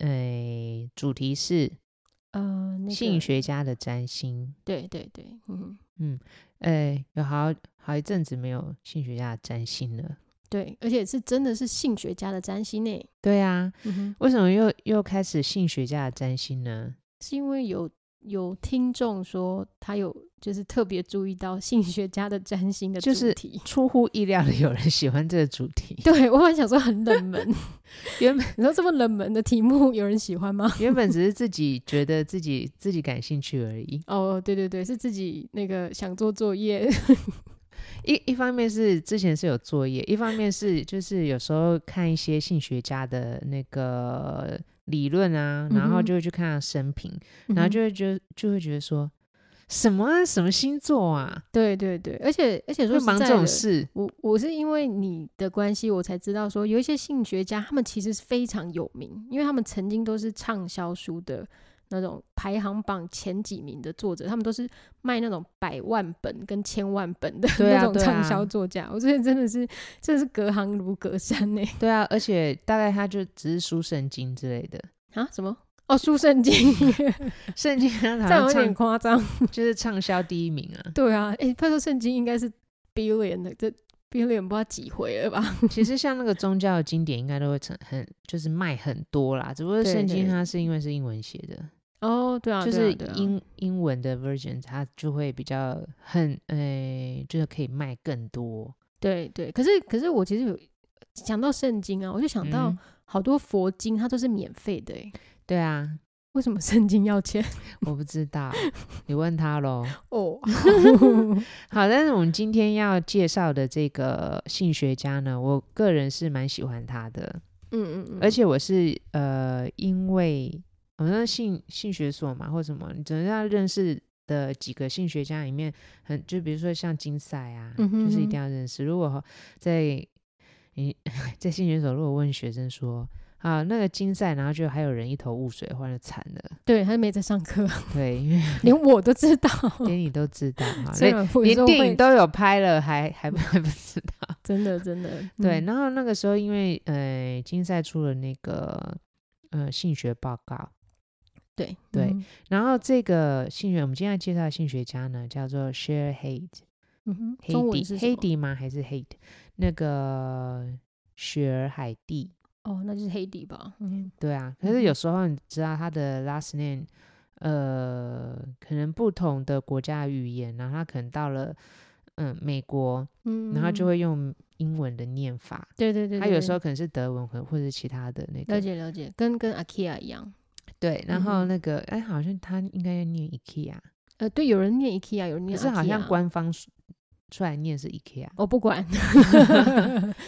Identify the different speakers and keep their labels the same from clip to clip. Speaker 1: 呃主题是
Speaker 2: 呃，那个
Speaker 1: 性学家的占星。
Speaker 2: 对对对，嗯，
Speaker 1: 呃，有好好一阵子没有性学家的占星了。
Speaker 2: 对，而且是真的是性学家的占星呢。
Speaker 1: 对啊，
Speaker 2: 嗯哼，
Speaker 1: 为什么又又开始性学家的占星呢？
Speaker 2: 是因为有有听众说他有就是特别注意到性学家的占星的主
Speaker 1: 就是
Speaker 2: 题。
Speaker 1: 出乎意料的，有人喜欢这个主题。
Speaker 2: 对，我本来想说很冷门，
Speaker 1: 原本
Speaker 2: 你说这么冷门的题目有人喜欢吗？
Speaker 1: 原本只是自己觉得自己自己感兴趣而已。
Speaker 2: 哦，对对对，是自己那个想做作业，
Speaker 1: 一一方面是之前是有作业，一方面是就是有时候看一些性学家的那个理论啊，然后
Speaker 2: 嗯哼
Speaker 1: 就会去看他生平，然后就
Speaker 2: 嗯哼
Speaker 1: 会觉得就会觉得说什么啊，什么星座啊，
Speaker 2: 对对对，而且而且
Speaker 1: 会
Speaker 2: 说
Speaker 1: 忙
Speaker 2: 实
Speaker 1: 这
Speaker 2: 在
Speaker 1: 种
Speaker 2: 的
Speaker 1: 事，
Speaker 2: 我我是因为你的关系，我才知道说有一些性学家，他们其实是非常有名，因为他们曾经都是畅销书的那种排行榜前几名的作者，他们都是卖那种百万本跟千万本的
Speaker 1: 对啊
Speaker 2: 那种
Speaker 1: 对啊
Speaker 2: 畅销作家。我之前真的是真的是隔行如隔山呢、
Speaker 1: 对啊，而且大概他就只是书圣经之类 的，
Speaker 2: 啊，什么？哦，书圣经，
Speaker 1: 圣经他
Speaker 2: 这样
Speaker 1: 好像
Speaker 2: 有点
Speaker 1: 畅
Speaker 2: 夸张。
Speaker 1: 就是畅销第一名 啊。
Speaker 2: 对啊，诶，拜托圣经应该是 billion 的，这 billion 不知道几回了吧？
Speaker 1: 其实像那个宗教的经典，应该都会成很就是卖很多啦，只不过
Speaker 2: 对
Speaker 1: 圣经
Speaker 2: 对
Speaker 1: 它是因为是英文写的。
Speaker 2: 哦，对啊，
Speaker 1: 就
Speaker 2: 对
Speaker 1: 是
Speaker 2: 啊对啊
Speaker 1: 英英文的 version，它就会比较很诶、就是可以卖更多。
Speaker 2: 对对，可是可是我其实有讲到圣经啊，我就想到
Speaker 1: 嗯
Speaker 2: 好多佛经它都是免费的、欸，
Speaker 1: 对啊，
Speaker 2: 为什么圣经要钱？
Speaker 1: 我不知道，你问他喽。
Speaker 2: 哦，
Speaker 1: 好，但是我们今天要介绍的这个性学家呢，我个人是蛮喜欢他的，
Speaker 2: 嗯嗯嗯，
Speaker 1: 而且我是呃，因为好像性性学所嘛，或什么，你总要认识。的几个性学家里面很，就比如说像金赛啊，
Speaker 2: 嗯哼
Speaker 1: 就是一
Speaker 2: 哼
Speaker 1: 定要认识。如果在你 在性学所，如果问学生说啊那个金赛，然后就还有人一头雾水的话，就惨了。
Speaker 2: 对，他没在上课，
Speaker 1: 对，因为
Speaker 2: 连我都知 道。
Speaker 1: 连你都知道 啊，
Speaker 2: 虽
Speaker 1: 连
Speaker 2: 然我有时
Speaker 1: 连
Speaker 2: 候
Speaker 1: 电
Speaker 2: 会
Speaker 1: 影都有拍了，还还不还不知道。
Speaker 2: 真的真的
Speaker 1: 对，
Speaker 2: 嗯
Speaker 1: 然后那个时候因为呃，金赛出了那个呃性学报告，
Speaker 2: 对
Speaker 1: 对
Speaker 2: 嗯
Speaker 1: 然后这个性学我们今天要介绍的性学家呢，叫做 Share Hate，
Speaker 2: 嗯哼，
Speaker 1: 黑
Speaker 2: 中文
Speaker 1: 迪
Speaker 2: 是什
Speaker 1: 黑
Speaker 2: 么
Speaker 1: 迪吗？还是 Hate？那个雪儿海蒂，
Speaker 2: 哦，那就是黑底吧？嗯，
Speaker 1: 对啊。可是有时候你知道他的 last name，呃，可能不同的国家的语言，然后他可能到了嗯、美国，
Speaker 2: 嗯
Speaker 1: 然后就
Speaker 2: 嗯
Speaker 1: 会用英文的念法。
Speaker 2: 对对对，
Speaker 1: 他
Speaker 2: 对
Speaker 1: 有
Speaker 2: 对
Speaker 1: 时候可能是德文和或者是其他的那
Speaker 2: 了
Speaker 1: 个
Speaker 2: 解了解，跟跟 IKEA 一样，
Speaker 1: 对，然
Speaker 2: 嗯
Speaker 1: 后
Speaker 2: 哼
Speaker 1: 那个哎，好像他应该要念 IKEA，
Speaker 2: 呃，对，有人念 IKEA，有人
Speaker 1: 可
Speaker 2: 念 IKEA，
Speaker 1: 是好像官方出出来念是 IKEA。
Speaker 2: 我不 管，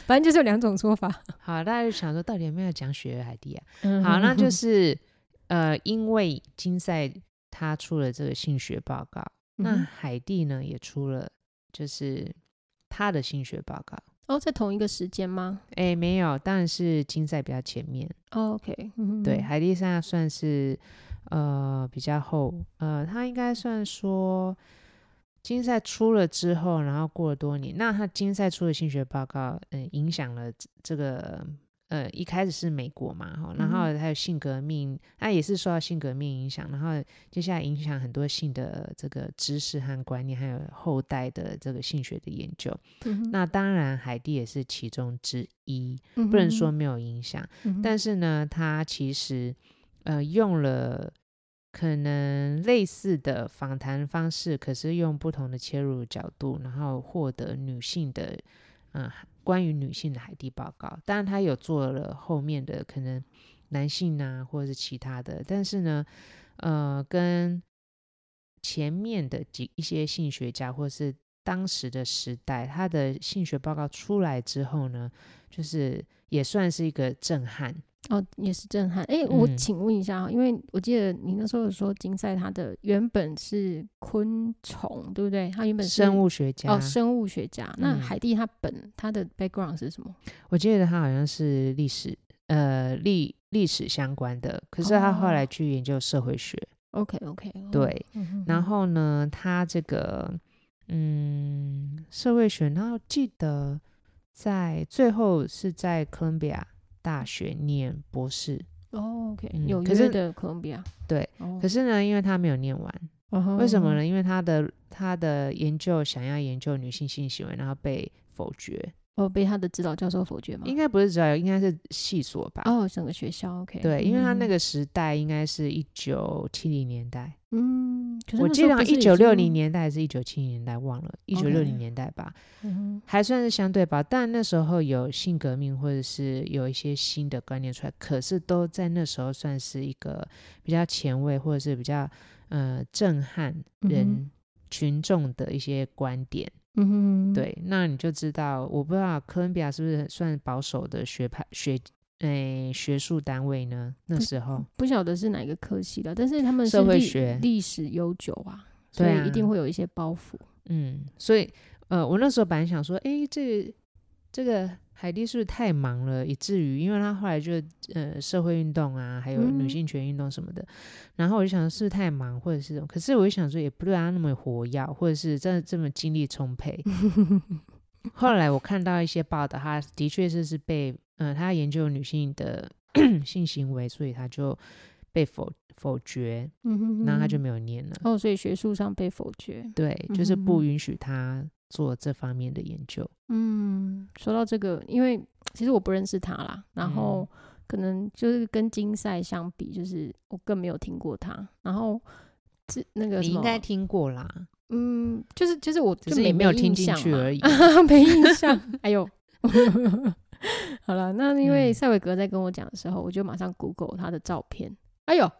Speaker 2: 反正就是有两种说法。
Speaker 1: 好，大家就想说到底有没有讲雪儿海蒂啊？好，
Speaker 2: 好
Speaker 1: 那就是呃，因为金赛他出了这个性学报告，
Speaker 2: 嗯
Speaker 1: 那海蒂呢也出了就是他的性学报告。
Speaker 2: 哦，在同一个时间吗、
Speaker 1: 哎，没有，当然是金赛比较前面，
Speaker 2: 哦、？OK，嗯
Speaker 1: 对，，海蒂莎算是呃比较后，呃，他应该算说金赛出了之后，然后过了多年，那他金赛出的性学报告，嗯、影响了这这个。呃，一开始是美国嘛，哈，然后
Speaker 2: 嗯
Speaker 1: 还有性革命，那、也是受到性革命影响，然后接下来影响很多性的这个知识和观念，还有后代的这个性学的研究。
Speaker 2: 嗯哼
Speaker 1: 那当然，海蒂也是其中之一，
Speaker 2: 嗯哼
Speaker 1: 不能说没有影响。
Speaker 2: 嗯哼
Speaker 1: 但是呢，他其实呃用了可能类似的访谈方式，可是用不同的切入角度，然后获得女性的嗯、呃关于女性的海地报告。当然，他有做了后面的可能男性啊，或者是其他的，但是呢，呃，跟前面的几一些性学家或是当时的时代，他的性学报告出来之后呢，就是也算是一个震撼，
Speaker 2: 哦，也是震撼。哎、我
Speaker 1: 嗯
Speaker 2: 请问一下啊，因为我记得你那时候有说金赛他的原本是昆虫，对不对？他原本是
Speaker 1: 生物学家。
Speaker 2: 哦，生物学家。那
Speaker 1: 嗯
Speaker 2: 海蒂他本他的 background 是什么？
Speaker 1: 我记得他好像是历史，呃，历历史相关的，可是他后来
Speaker 2: 哦
Speaker 1: 去研究社会学。
Speaker 2: OK OK，哦、
Speaker 1: 对
Speaker 2: 嗯哼哼，
Speaker 1: 然后呢，他这个嗯，社会学，然后记得在最后是在哥伦比亚大学念博士。
Speaker 2: 哦 OK，、
Speaker 1: 嗯
Speaker 2: 有
Speaker 1: 可是
Speaker 2: 约的哥伦比亚，
Speaker 1: 对
Speaker 2: 哦，
Speaker 1: 可是呢，因为他没有念完，
Speaker 2: 哦
Speaker 1: 为什么？呢？因为他的他的研究想要研究女性性行为，然后被否决，
Speaker 2: 哦，被他的指导教授否决吗？
Speaker 1: 应该不是只有，应该是系所吧？
Speaker 2: 哦，整个学校 OK，
Speaker 1: 对，因为他那
Speaker 2: 嗯
Speaker 1: 个时代应该是一九七零年代，
Speaker 2: 嗯，可是
Speaker 1: 我
Speaker 2: 那
Speaker 1: 记
Speaker 2: 时候
Speaker 1: 得
Speaker 2: 不
Speaker 1: 好像
Speaker 2: 是
Speaker 1: 一
Speaker 2: 已
Speaker 1: 九六零
Speaker 2: 经，
Speaker 1: 年代还是一九七零年代，忘了，一九六
Speaker 2: OK
Speaker 1: 零年代吧，
Speaker 2: 嗯
Speaker 1: 还算是相对吧。但那时候有性革命，或者是有一些新的观念出来，可是都在那时候算是一个比较前卫，或者是比较呃震撼
Speaker 2: 嗯
Speaker 1: 人群众的一些观点。
Speaker 2: 哼嗯哼，
Speaker 1: 对，那你就知道，我不知道哥伦比亚是不是算保守的学派学。诶、学术单位呢？那
Speaker 2: 不
Speaker 1: 时候
Speaker 2: 不晓得是哪个科系的，但是他们是
Speaker 1: 社会
Speaker 2: 历
Speaker 1: 学
Speaker 2: 历史悠久啊，所
Speaker 1: 对
Speaker 2: 以一定
Speaker 1: 啊
Speaker 2: 会有一些包袱。
Speaker 1: 嗯，所以呃，我那时候本来想说，诶，这个这个海蒂是不是太忙了，以至于因为他后来就呃社会运动啊，还有女
Speaker 2: 嗯
Speaker 1: 性权运动什么的，然后我就想是不是太忙，或者是什么，可是我就想说也不对啊他那么活跃，或者是真的这么精力 充沛。后来我看到一些报道，他的确是是被呃他研究女性的 性行为，所以他就被否否决，
Speaker 2: 嗯哼哼
Speaker 1: 然后他就
Speaker 2: 哼
Speaker 1: 没有念了。
Speaker 2: 哦，所以学术上被否决。
Speaker 1: 对，就是不
Speaker 2: 嗯
Speaker 1: 允许他做这方面的研究。
Speaker 2: 嗯，说到这个，因为其实我不认识他啦，然后
Speaker 1: 嗯
Speaker 2: 可能就是跟金赛相比，就是我更没有听过他。然后这那个
Speaker 1: 你
Speaker 2: 什
Speaker 1: 应
Speaker 2: 么
Speaker 1: 该听过啦，
Speaker 2: 嗯，就是就是我
Speaker 1: 只
Speaker 2: 就是
Speaker 1: 你
Speaker 2: 没
Speaker 1: 没有听进去而
Speaker 2: 已，
Speaker 1: 已。
Speaker 2: 没印象。哎呦， 好了，那因为
Speaker 1: 嗯
Speaker 2: 塞维格在跟我讲的时候，我就马上 Google 他的照片。哎呦，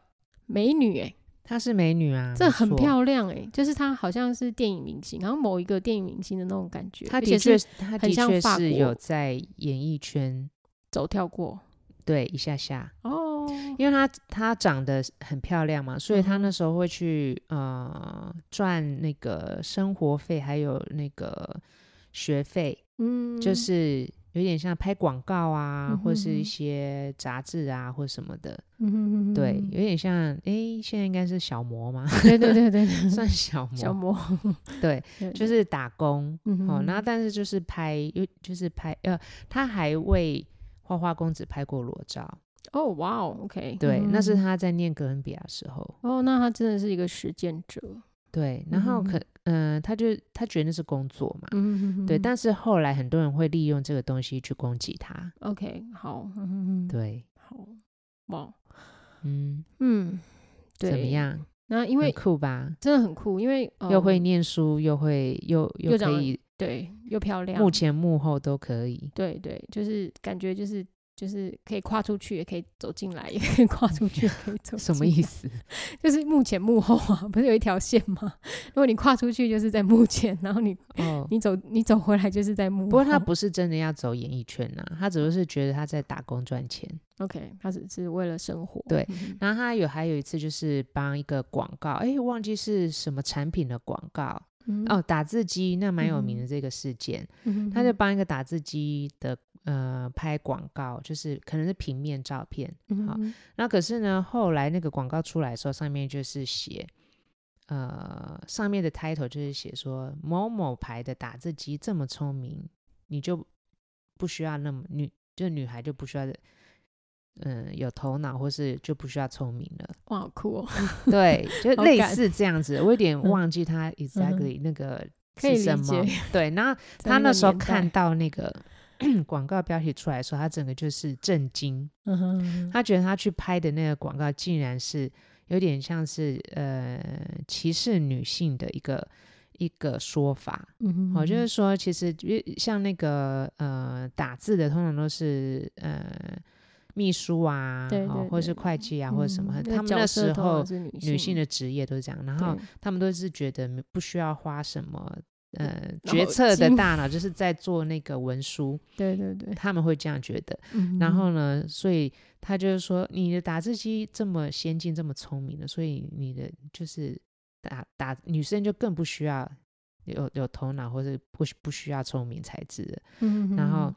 Speaker 2: 美女哎、
Speaker 1: 她是美女啊，
Speaker 2: 这
Speaker 1: 没
Speaker 2: 很
Speaker 1: 错。
Speaker 2: 漂亮哎、就是她好像是电影明星，好像某一个电影明星的那种感觉，
Speaker 1: 她
Speaker 2: 而
Speaker 1: 的
Speaker 2: 且是
Speaker 1: 确是，她
Speaker 2: 很
Speaker 1: 的
Speaker 2: 像
Speaker 1: 确
Speaker 2: 法
Speaker 1: 是
Speaker 2: 国
Speaker 1: 有在演艺圈
Speaker 2: 走跳过
Speaker 1: 对一下下，
Speaker 2: 哦，
Speaker 1: 因为她她长得很漂亮嘛，所以她
Speaker 2: 嗯
Speaker 1: 那时候会去呃赚那个生活费，还有那个学费，
Speaker 2: 嗯，
Speaker 1: 就是有点像拍广告啊，
Speaker 2: 嗯哼
Speaker 1: 或是
Speaker 2: 哼
Speaker 1: 一些杂志啊或什么的。
Speaker 2: 嗯哼哼哼
Speaker 1: 对，
Speaker 2: 哼
Speaker 1: 有点像诶，现在应该是小模嘛，
Speaker 2: 对对对对对，
Speaker 1: 算 小模，
Speaker 2: 小魔，
Speaker 1: 对，
Speaker 2: 对对
Speaker 1: 就是打工。
Speaker 2: 嗯
Speaker 1: 哦，
Speaker 2: 哼
Speaker 1: 那但是就是拍，又就是拍，呃，他还为花花公子拍过裸照，
Speaker 2: 哦哇哦，OK，
Speaker 1: 对，
Speaker 2: 嗯
Speaker 1: 那是他在念哥伦比亚时候，
Speaker 2: 哦，那他真的是一个实践者，
Speaker 1: 对，然后
Speaker 2: 嗯
Speaker 1: 可，嗯、他就他觉得那是工作嘛，
Speaker 2: 嗯哼哼哼
Speaker 1: 对，但是后来很多人会利用这个东西去攻击他，
Speaker 2: OK 好，嗯哼哼，
Speaker 1: 对，
Speaker 2: 好哇，
Speaker 1: 嗯，
Speaker 2: 嗯，对，
Speaker 1: 怎么？样？
Speaker 2: 那因
Speaker 1: 因
Speaker 2: 为
Speaker 1: 酷吧，
Speaker 2: 真的很酷，因为、呃、
Speaker 1: 又会念书，又会又
Speaker 2: 又
Speaker 1: 又
Speaker 2: 长
Speaker 1: 可
Speaker 2: 得
Speaker 1: 以，
Speaker 2: 对，又漂亮，
Speaker 1: 幕前幕后都可以，
Speaker 2: 对对，就是感觉就是就是可以跨出去，也可以走进来，也可以跨出去，也可以走。
Speaker 1: 什么意？思？
Speaker 2: 就是幕前幕后啊，不是有一条线吗？ 如果你跨出去就是在幕前，然后你
Speaker 1: 哦。
Speaker 2: 你走你走回来就是在幕后。
Speaker 1: 不过他不是真的要走演艺圈呐、他只是觉得他在打工赚钱。
Speaker 2: OK，他只是为了生活。
Speaker 1: 对
Speaker 2: 嗯哼，
Speaker 1: 然后他有还有一次就是帮一个广告，哎，忘记是什么产品的广告、
Speaker 2: 嗯
Speaker 1: 哦，，打字机那蛮有名
Speaker 2: 嗯
Speaker 1: 的这个事件，
Speaker 2: 嗯哼
Speaker 1: 他就帮一个打字机的呃拍广告，就是可能是平面照片，
Speaker 2: 嗯
Speaker 1: 好
Speaker 2: 哼
Speaker 1: 那可是呢后来那个广告出来的时候，上面就是写。呃，上面的 title 就是写说某某牌的打字机这么聪明，你就不需要那么女，就女孩就不需要，嗯、有头脑或是就不需要聪明了。
Speaker 2: 哇，好酷哦，
Speaker 1: 对，就
Speaker 2: 好
Speaker 1: 类
Speaker 2: 感
Speaker 1: 似这样子，我有 点
Speaker 2: 嗯
Speaker 1: 忘记他 exactly 那个
Speaker 2: 可以
Speaker 1: 是什
Speaker 2: 理解
Speaker 1: 么。。 对，然后
Speaker 2: 在
Speaker 1: 他
Speaker 2: 个
Speaker 1: 那时候
Speaker 2: 年代
Speaker 1: 看，到那个 广告标题出来的时候，他整个就是震惊，
Speaker 2: 嗯哼嗯哼
Speaker 1: 他觉得他去拍的那个广告竟然是有点像是呃歧视女性的一个一个说法。
Speaker 2: 嗯哼
Speaker 1: 哦，
Speaker 2: 嗯
Speaker 1: 就是
Speaker 2: 哼
Speaker 1: 说，其实因为像那个呃打字的，通常都是呃秘书啊，
Speaker 2: 对
Speaker 1: 哦
Speaker 2: 对
Speaker 1: 或是
Speaker 2: 对
Speaker 1: 会计啊，或者什么，
Speaker 2: 嗯
Speaker 1: 他们
Speaker 2: 角
Speaker 1: 那
Speaker 2: 色
Speaker 1: 时
Speaker 2: 通常
Speaker 1: 候
Speaker 2: 是女
Speaker 1: 女性
Speaker 2: 的，
Speaker 1: 的职业都是这样，然后
Speaker 2: 对
Speaker 1: 他们都是觉得没不需要花什么呃
Speaker 2: 后
Speaker 1: 决策
Speaker 2: 几
Speaker 1: 的
Speaker 2: 乎
Speaker 1: 大脑，就是在做那个文书，
Speaker 2: 对对 对，
Speaker 1: 他们会这样觉得。
Speaker 2: 嗯
Speaker 1: 然后呢，所以他就是说，你的打字机这么先进、这么聪明的，所以你的就是打打女生就更不需要有有头脑，或者不不需要聪明才智了。
Speaker 2: 嗯
Speaker 1: 然后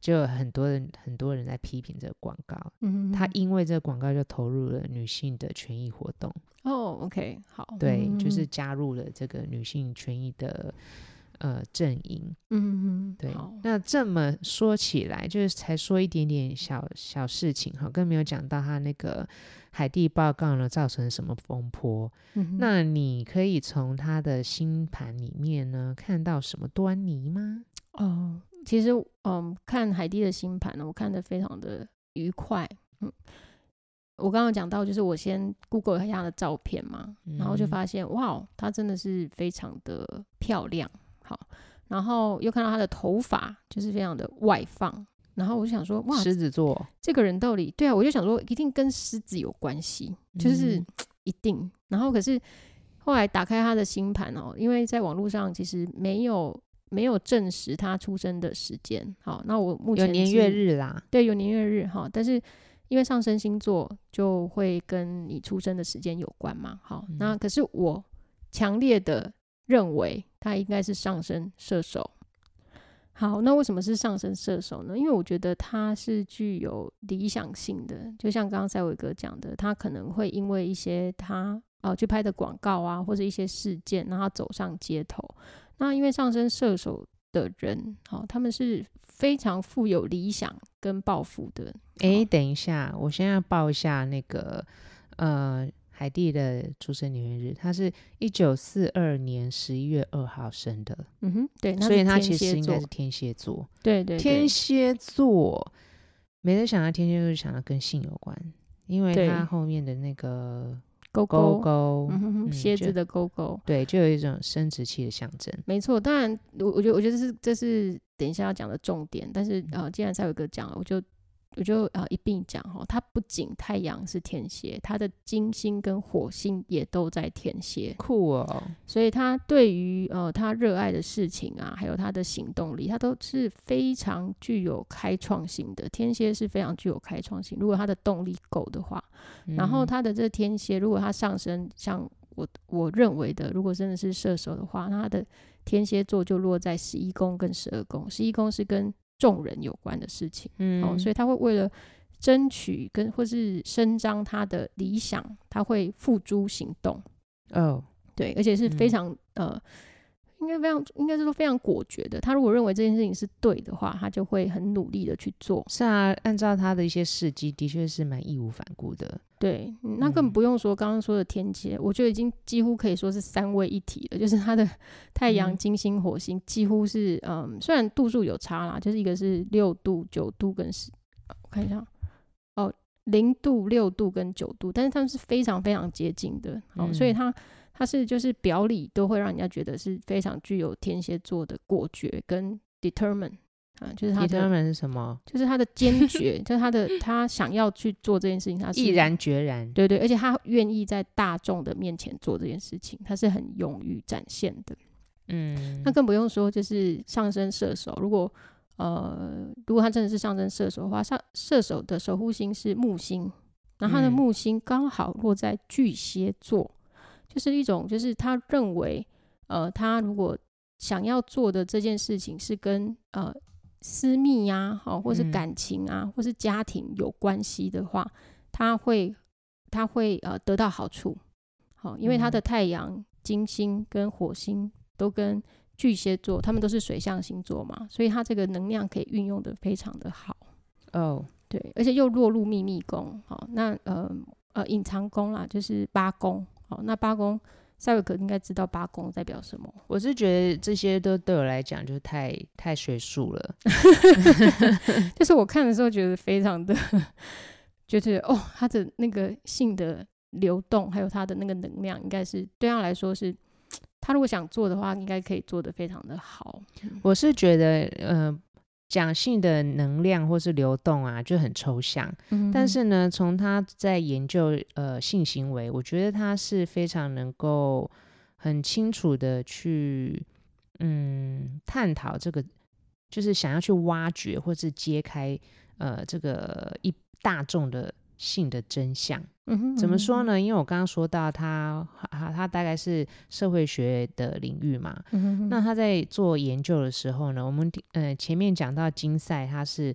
Speaker 1: 就有很多人很多人在批评这个广告，
Speaker 2: 嗯
Speaker 1: 他因为这个广告就投入了女性的权益活动，
Speaker 2: 哦，OK，好，
Speaker 1: 对，就是
Speaker 2: 嗯
Speaker 1: 加入了这个女性权益的呃阵营。
Speaker 2: 嗯嗯，
Speaker 1: 对
Speaker 2: 好，
Speaker 1: 那这么说起来，就是才说一点点小小事情哈，更没有讲到他那个海地报告呢造成什么风波。
Speaker 2: 嗯哼
Speaker 1: 那你可以从他的星盘里面呢看到什么端倪吗？
Speaker 2: 哦，其实嗯，看海蒂的星盘呢，我看的非常的愉快。嗯，我刚刚讲到，就是我先 Google 一下她的照片嘛，然后就
Speaker 1: 嗯
Speaker 2: 发现、哇，她真的是非常的漂亮。好，然后又看到她的头发就是非常的外放，然后我就想说哇，
Speaker 1: 狮子座，
Speaker 2: 这个人到底对啊？我就想说，一定跟狮子有关系，就是、
Speaker 1: 嗯
Speaker 2: 一定。然后可是后来打开他的星盘哦，因为在网络上其实没有没有证实他出生的时间。好，那我目前
Speaker 1: 有年
Speaker 2: 只
Speaker 1: 月，日啦，
Speaker 2: 对，有年月日哈。但是因为上升星座就会跟你出生的时间有关嘛。好，
Speaker 1: 嗯
Speaker 2: 那可是我强烈的认为他应该是上升射手。好，那为什么是上升射手呢？因为我觉得他是具有理想性的，就像刚刚赛伟哥讲的，他可能会因为一些他呃去拍的广告啊，或者一些事件，让他走上街头。那因为上升射手的人，好、他们是非常富有理想跟抱负的。
Speaker 1: 诶，等一下，我先要报一下那个呃海蒂的出生年月日，他是一九四二年十一月二号生的，
Speaker 2: 嗯哼，对，那
Speaker 1: 所以
Speaker 2: 是
Speaker 1: 他
Speaker 2: 天
Speaker 1: 其
Speaker 2: 蝎
Speaker 1: 实应
Speaker 2: 座
Speaker 1: 该是天蝎座。
Speaker 2: 对对对
Speaker 1: 天蝎座，每次想到天蝎座，就想到跟性有关，因为
Speaker 2: 对
Speaker 1: 它后面的那个
Speaker 2: 勾
Speaker 1: 勾勾，
Speaker 2: 嗯哼哼，
Speaker 1: 嗯
Speaker 2: 蝎
Speaker 1: 就
Speaker 2: 子的勾勾。
Speaker 1: 对，就有一种生殖器的象征。
Speaker 2: 没错，当然，我我觉得我觉得这是这是等一下要讲的重点，但是呃，既然赛伟哥讲了，我就我就呃一并讲哈，它不仅太阳是天蝎，它的金星跟火星也都在天蝎，
Speaker 1: 酷哦，
Speaker 2: 所以他对于呃他热爱的事情啊，还有他的行动力，他都是非常具有开创性的。天蝎是非常具有开创性，如果他的动力够的话，然后
Speaker 1: 嗯
Speaker 2: 他的这天蝎，如果他上升像我我认为的，如果真的是射手的话，那他的天蝎座就落在十一宫跟十二宫，十一宫是跟众人有关的事情，
Speaker 1: 嗯
Speaker 2: 哦，所以他会为了争取跟或是伸张他的理想，他会付诸行动，
Speaker 1: 哦，
Speaker 2: 对，而且是非
Speaker 1: 嗯
Speaker 2: 常、呃。应该非常，应该是说非常果决的。他如果认为这件事情是对的话，他就会很努力的去做。
Speaker 1: 是啊，按照他的一些事迹，的确是蛮义无反顾的。
Speaker 2: 对，嗯那更
Speaker 1: 嗯
Speaker 2: 不用说刚刚说的天蝎，我觉得已经几乎可以说是三位一体了， 就是它的太阳、
Speaker 1: 嗯
Speaker 2: 金星、火星几乎是，嗯，虽然度数有差啦，就是一个是六度、九度跟十，我看一下，哦，零度、六度跟九度，但是它们是非常非常接近的，哦，所以
Speaker 1: 嗯
Speaker 2: 它它是就是表里都会让人家觉得是非常具有天蝎座的果决跟 determine 啊，就是他
Speaker 1: 你他
Speaker 2: 的
Speaker 1: 们是什么？
Speaker 2: 就是他的坚决，就是他的他想要去做这件事情，他是
Speaker 1: 毅然决然。
Speaker 2: 对对，而且他愿意在大众的面前做这件事情，他是很勇于展现的。
Speaker 1: 嗯，
Speaker 2: 那更不用说，就是上升射手，如果呃，如果他真的是上升射手的话，上射手的守护星是木星，然后他的
Speaker 1: 嗯
Speaker 2: 木星刚好落在巨蟹座，就是一种就是他认为，呃，他如果想要做的这件事情是跟呃私密呀、好、或是
Speaker 1: 嗯
Speaker 2: 感情啊，或是家庭有关系的话，他会他会呃得到好处，好、因为他
Speaker 1: 嗯
Speaker 2: 的太阳、金星跟火星都跟巨蟹座，他们都是水象星座嘛，所以他这个能量可以运用的非常的好，
Speaker 1: 哦，
Speaker 2: 对，而且又落入秘密宫，好、那呃呃隐藏宫啦，就是八宫，好、那八宫赛维克应该知道八宫代表什么，
Speaker 1: 我是觉得这些都对我来讲就是太太学术了。
Speaker 2: 就是我看的时候觉得非常的，就是哦，他的那个性的流动，还有他的那个能量，应该是对他来说是，他如果想做的话，应该可以做得非常的好。
Speaker 1: 我是觉得，呃，讲性的能量或是流动啊，就很抽象。
Speaker 2: 嗯
Speaker 1: 但是呢，从他在研究呃性行为，我觉得他是非常能够很清楚的去嗯探讨这个，就是想要去挖掘或是揭开呃这个一大众的性的真相。
Speaker 2: 嗯哼，
Speaker 1: 怎么说
Speaker 2: 呢？
Speaker 1: 呢？因为我刚刚说到他，他他大概是社会学的领域嘛，
Speaker 2: 嗯哼
Speaker 1: 那他在做研究的时候呢，我们呃前面讲到金赛，他是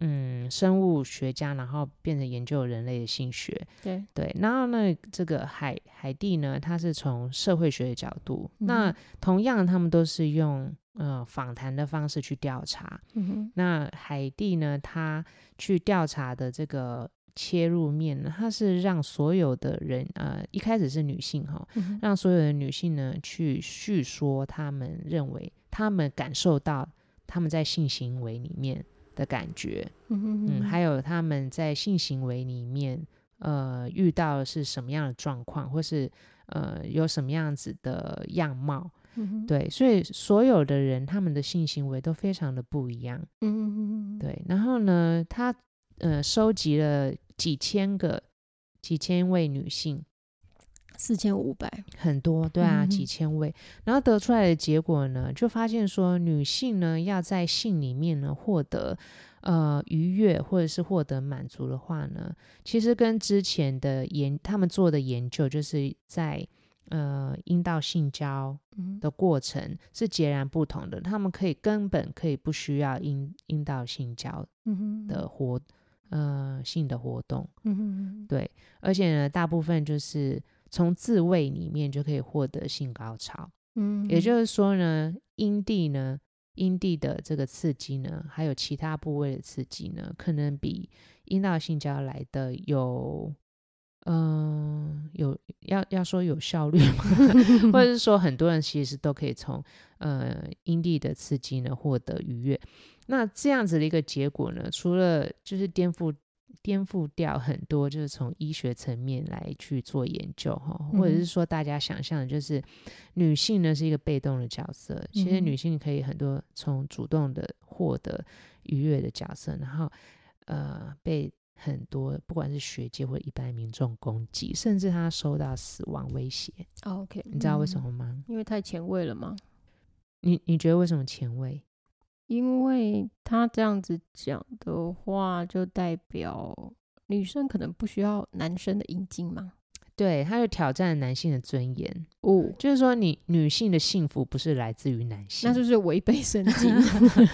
Speaker 1: 嗯生物学家，然后变成研究人类的性学，
Speaker 2: 嗯对，
Speaker 1: 对。然后呢，这个海海蒂呢，他是从社会学的角度，那
Speaker 2: 嗯
Speaker 1: 同样他们都是用呃访谈的方式去调查。
Speaker 2: 嗯哼，
Speaker 1: 那海蒂呢，他去调查的这个。切入面呢，他是让所有的人，呃，一开始是女性哈，
Speaker 2: 嗯哼
Speaker 1: 让所有的女性呢去叙说她们认为她们感受到她们在性行为里面的感觉，
Speaker 2: 嗯哼
Speaker 1: 嗯，还有她们在性行为里面呃遇到的是什么样的状况，或是呃有什么样子的样貌，
Speaker 2: 嗯哼，
Speaker 1: 对，所以所有的人他们的性行为都非常的不一样，
Speaker 2: 嗯哼嗯哼，
Speaker 1: 对，然后呢，他呃收集了几千个几千位女性。
Speaker 2: 四千五百，
Speaker 1: 很多，对啊，
Speaker 2: 嗯
Speaker 1: 几千位。然后得出来的结果呢，就发现说，女性呢要在性里面呢获得呃愉悦或者是获得满足的话呢，其实跟之前的研他们做的研究，就是在呃阴道性交
Speaker 2: 嗯哼
Speaker 1: 的过程是截然不同的。他们可以根本可以不需要阴阴道性交
Speaker 2: 嗯哼
Speaker 1: 的活呃性的活动。
Speaker 2: 嗯哼嗯哼
Speaker 1: 对，而且呢，大部分就是从自慰里面就可以获得性高潮。
Speaker 2: 嗯哼，
Speaker 1: 也就是说呢，阴蒂呢，阴蒂的这个刺激呢，还有其他部位的刺激呢，可能比阴道性交来的有，嗯、有要要说有效率吗？ 或者是说，很多人其实都可以从呃阴蒂的刺激呢获得愉悦。那这样子的一个结果呢，除了就是颠覆颠覆掉很多，就是从医学层面来去做研究哈，或者
Speaker 2: 嗯哼
Speaker 1: 是说大家想象的就是女性呢是一个被动的角色，其实
Speaker 2: 嗯哼
Speaker 1: 女性可以很多从主动的获得愉悦的角色，然后呃被。很多不管是学界或一般民众攻击，甚至她受到死亡威胁，
Speaker 2: 哦 OK，
Speaker 1: 你知道为什
Speaker 2: 嗯？
Speaker 1: 么吗？
Speaker 2: 因为太前卫了嘛，
Speaker 1: 你你觉得为什么前卫？
Speaker 2: 因为他这样子讲的话，就代表女生可能不需要男生的阴茎嘛。
Speaker 1: 对，他就挑战男性的尊严，
Speaker 2: 哦，
Speaker 1: 就是说你女性的幸福不是来自于男性，
Speaker 2: 那就是违背 圣经，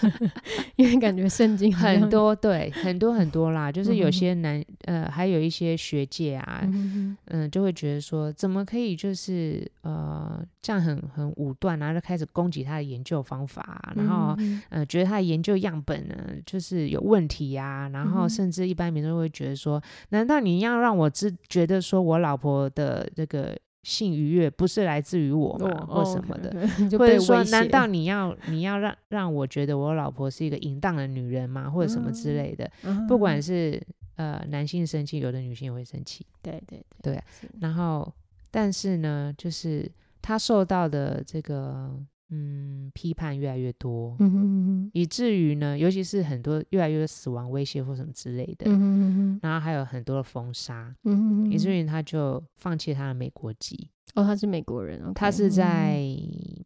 Speaker 2: 因为感觉圣经好
Speaker 1: 很
Speaker 2: 像，
Speaker 1: 多对很多很多啦，就是有
Speaker 2: 嗯
Speaker 1: 些男呃，还有一些学界啊，
Speaker 2: 嗯哼
Speaker 1: 嗯、就会觉得说怎么可以就是呃这样很很武断啊，然后就开始攻击他的研究方法啊、然后
Speaker 2: 嗯
Speaker 1: 呃，觉得他的研究样本呢，就是有问题呀、然
Speaker 2: 嗯
Speaker 1: 后
Speaker 2: 哼
Speaker 1: 甚至一般民众会觉得说，难道你要让我知觉得说我老婆的这个性愉悦不是来自于我吗，
Speaker 2: 哦
Speaker 1: 或
Speaker 2: 哦
Speaker 1: 什么的？
Speaker 2: OK，OK，就
Speaker 1: 或
Speaker 2: 被
Speaker 1: 者说
Speaker 2: 威，胁
Speaker 1: 难道你要你要让让我觉得我老婆是一个淫荡的女人吗？或者什么之类的？不管
Speaker 2: 嗯
Speaker 1: 是呃男性生气，有的女性也会生气。
Speaker 2: 对对
Speaker 1: 对啊然后，但是呢，就是他受到的这个嗯批判越来越多，
Speaker 2: 嗯哼嗯
Speaker 1: 以至于呢，尤其是很多越来越多死亡威胁或什么之类
Speaker 2: 哼
Speaker 1: 的，
Speaker 2: 嗯哼
Speaker 1: 然后还有很多的封杀，
Speaker 2: 嗯哼，
Speaker 1: 以至
Speaker 2: 于
Speaker 1: 于他就放弃他的美国籍。
Speaker 2: 哦他是美国人，OK，
Speaker 1: 他是在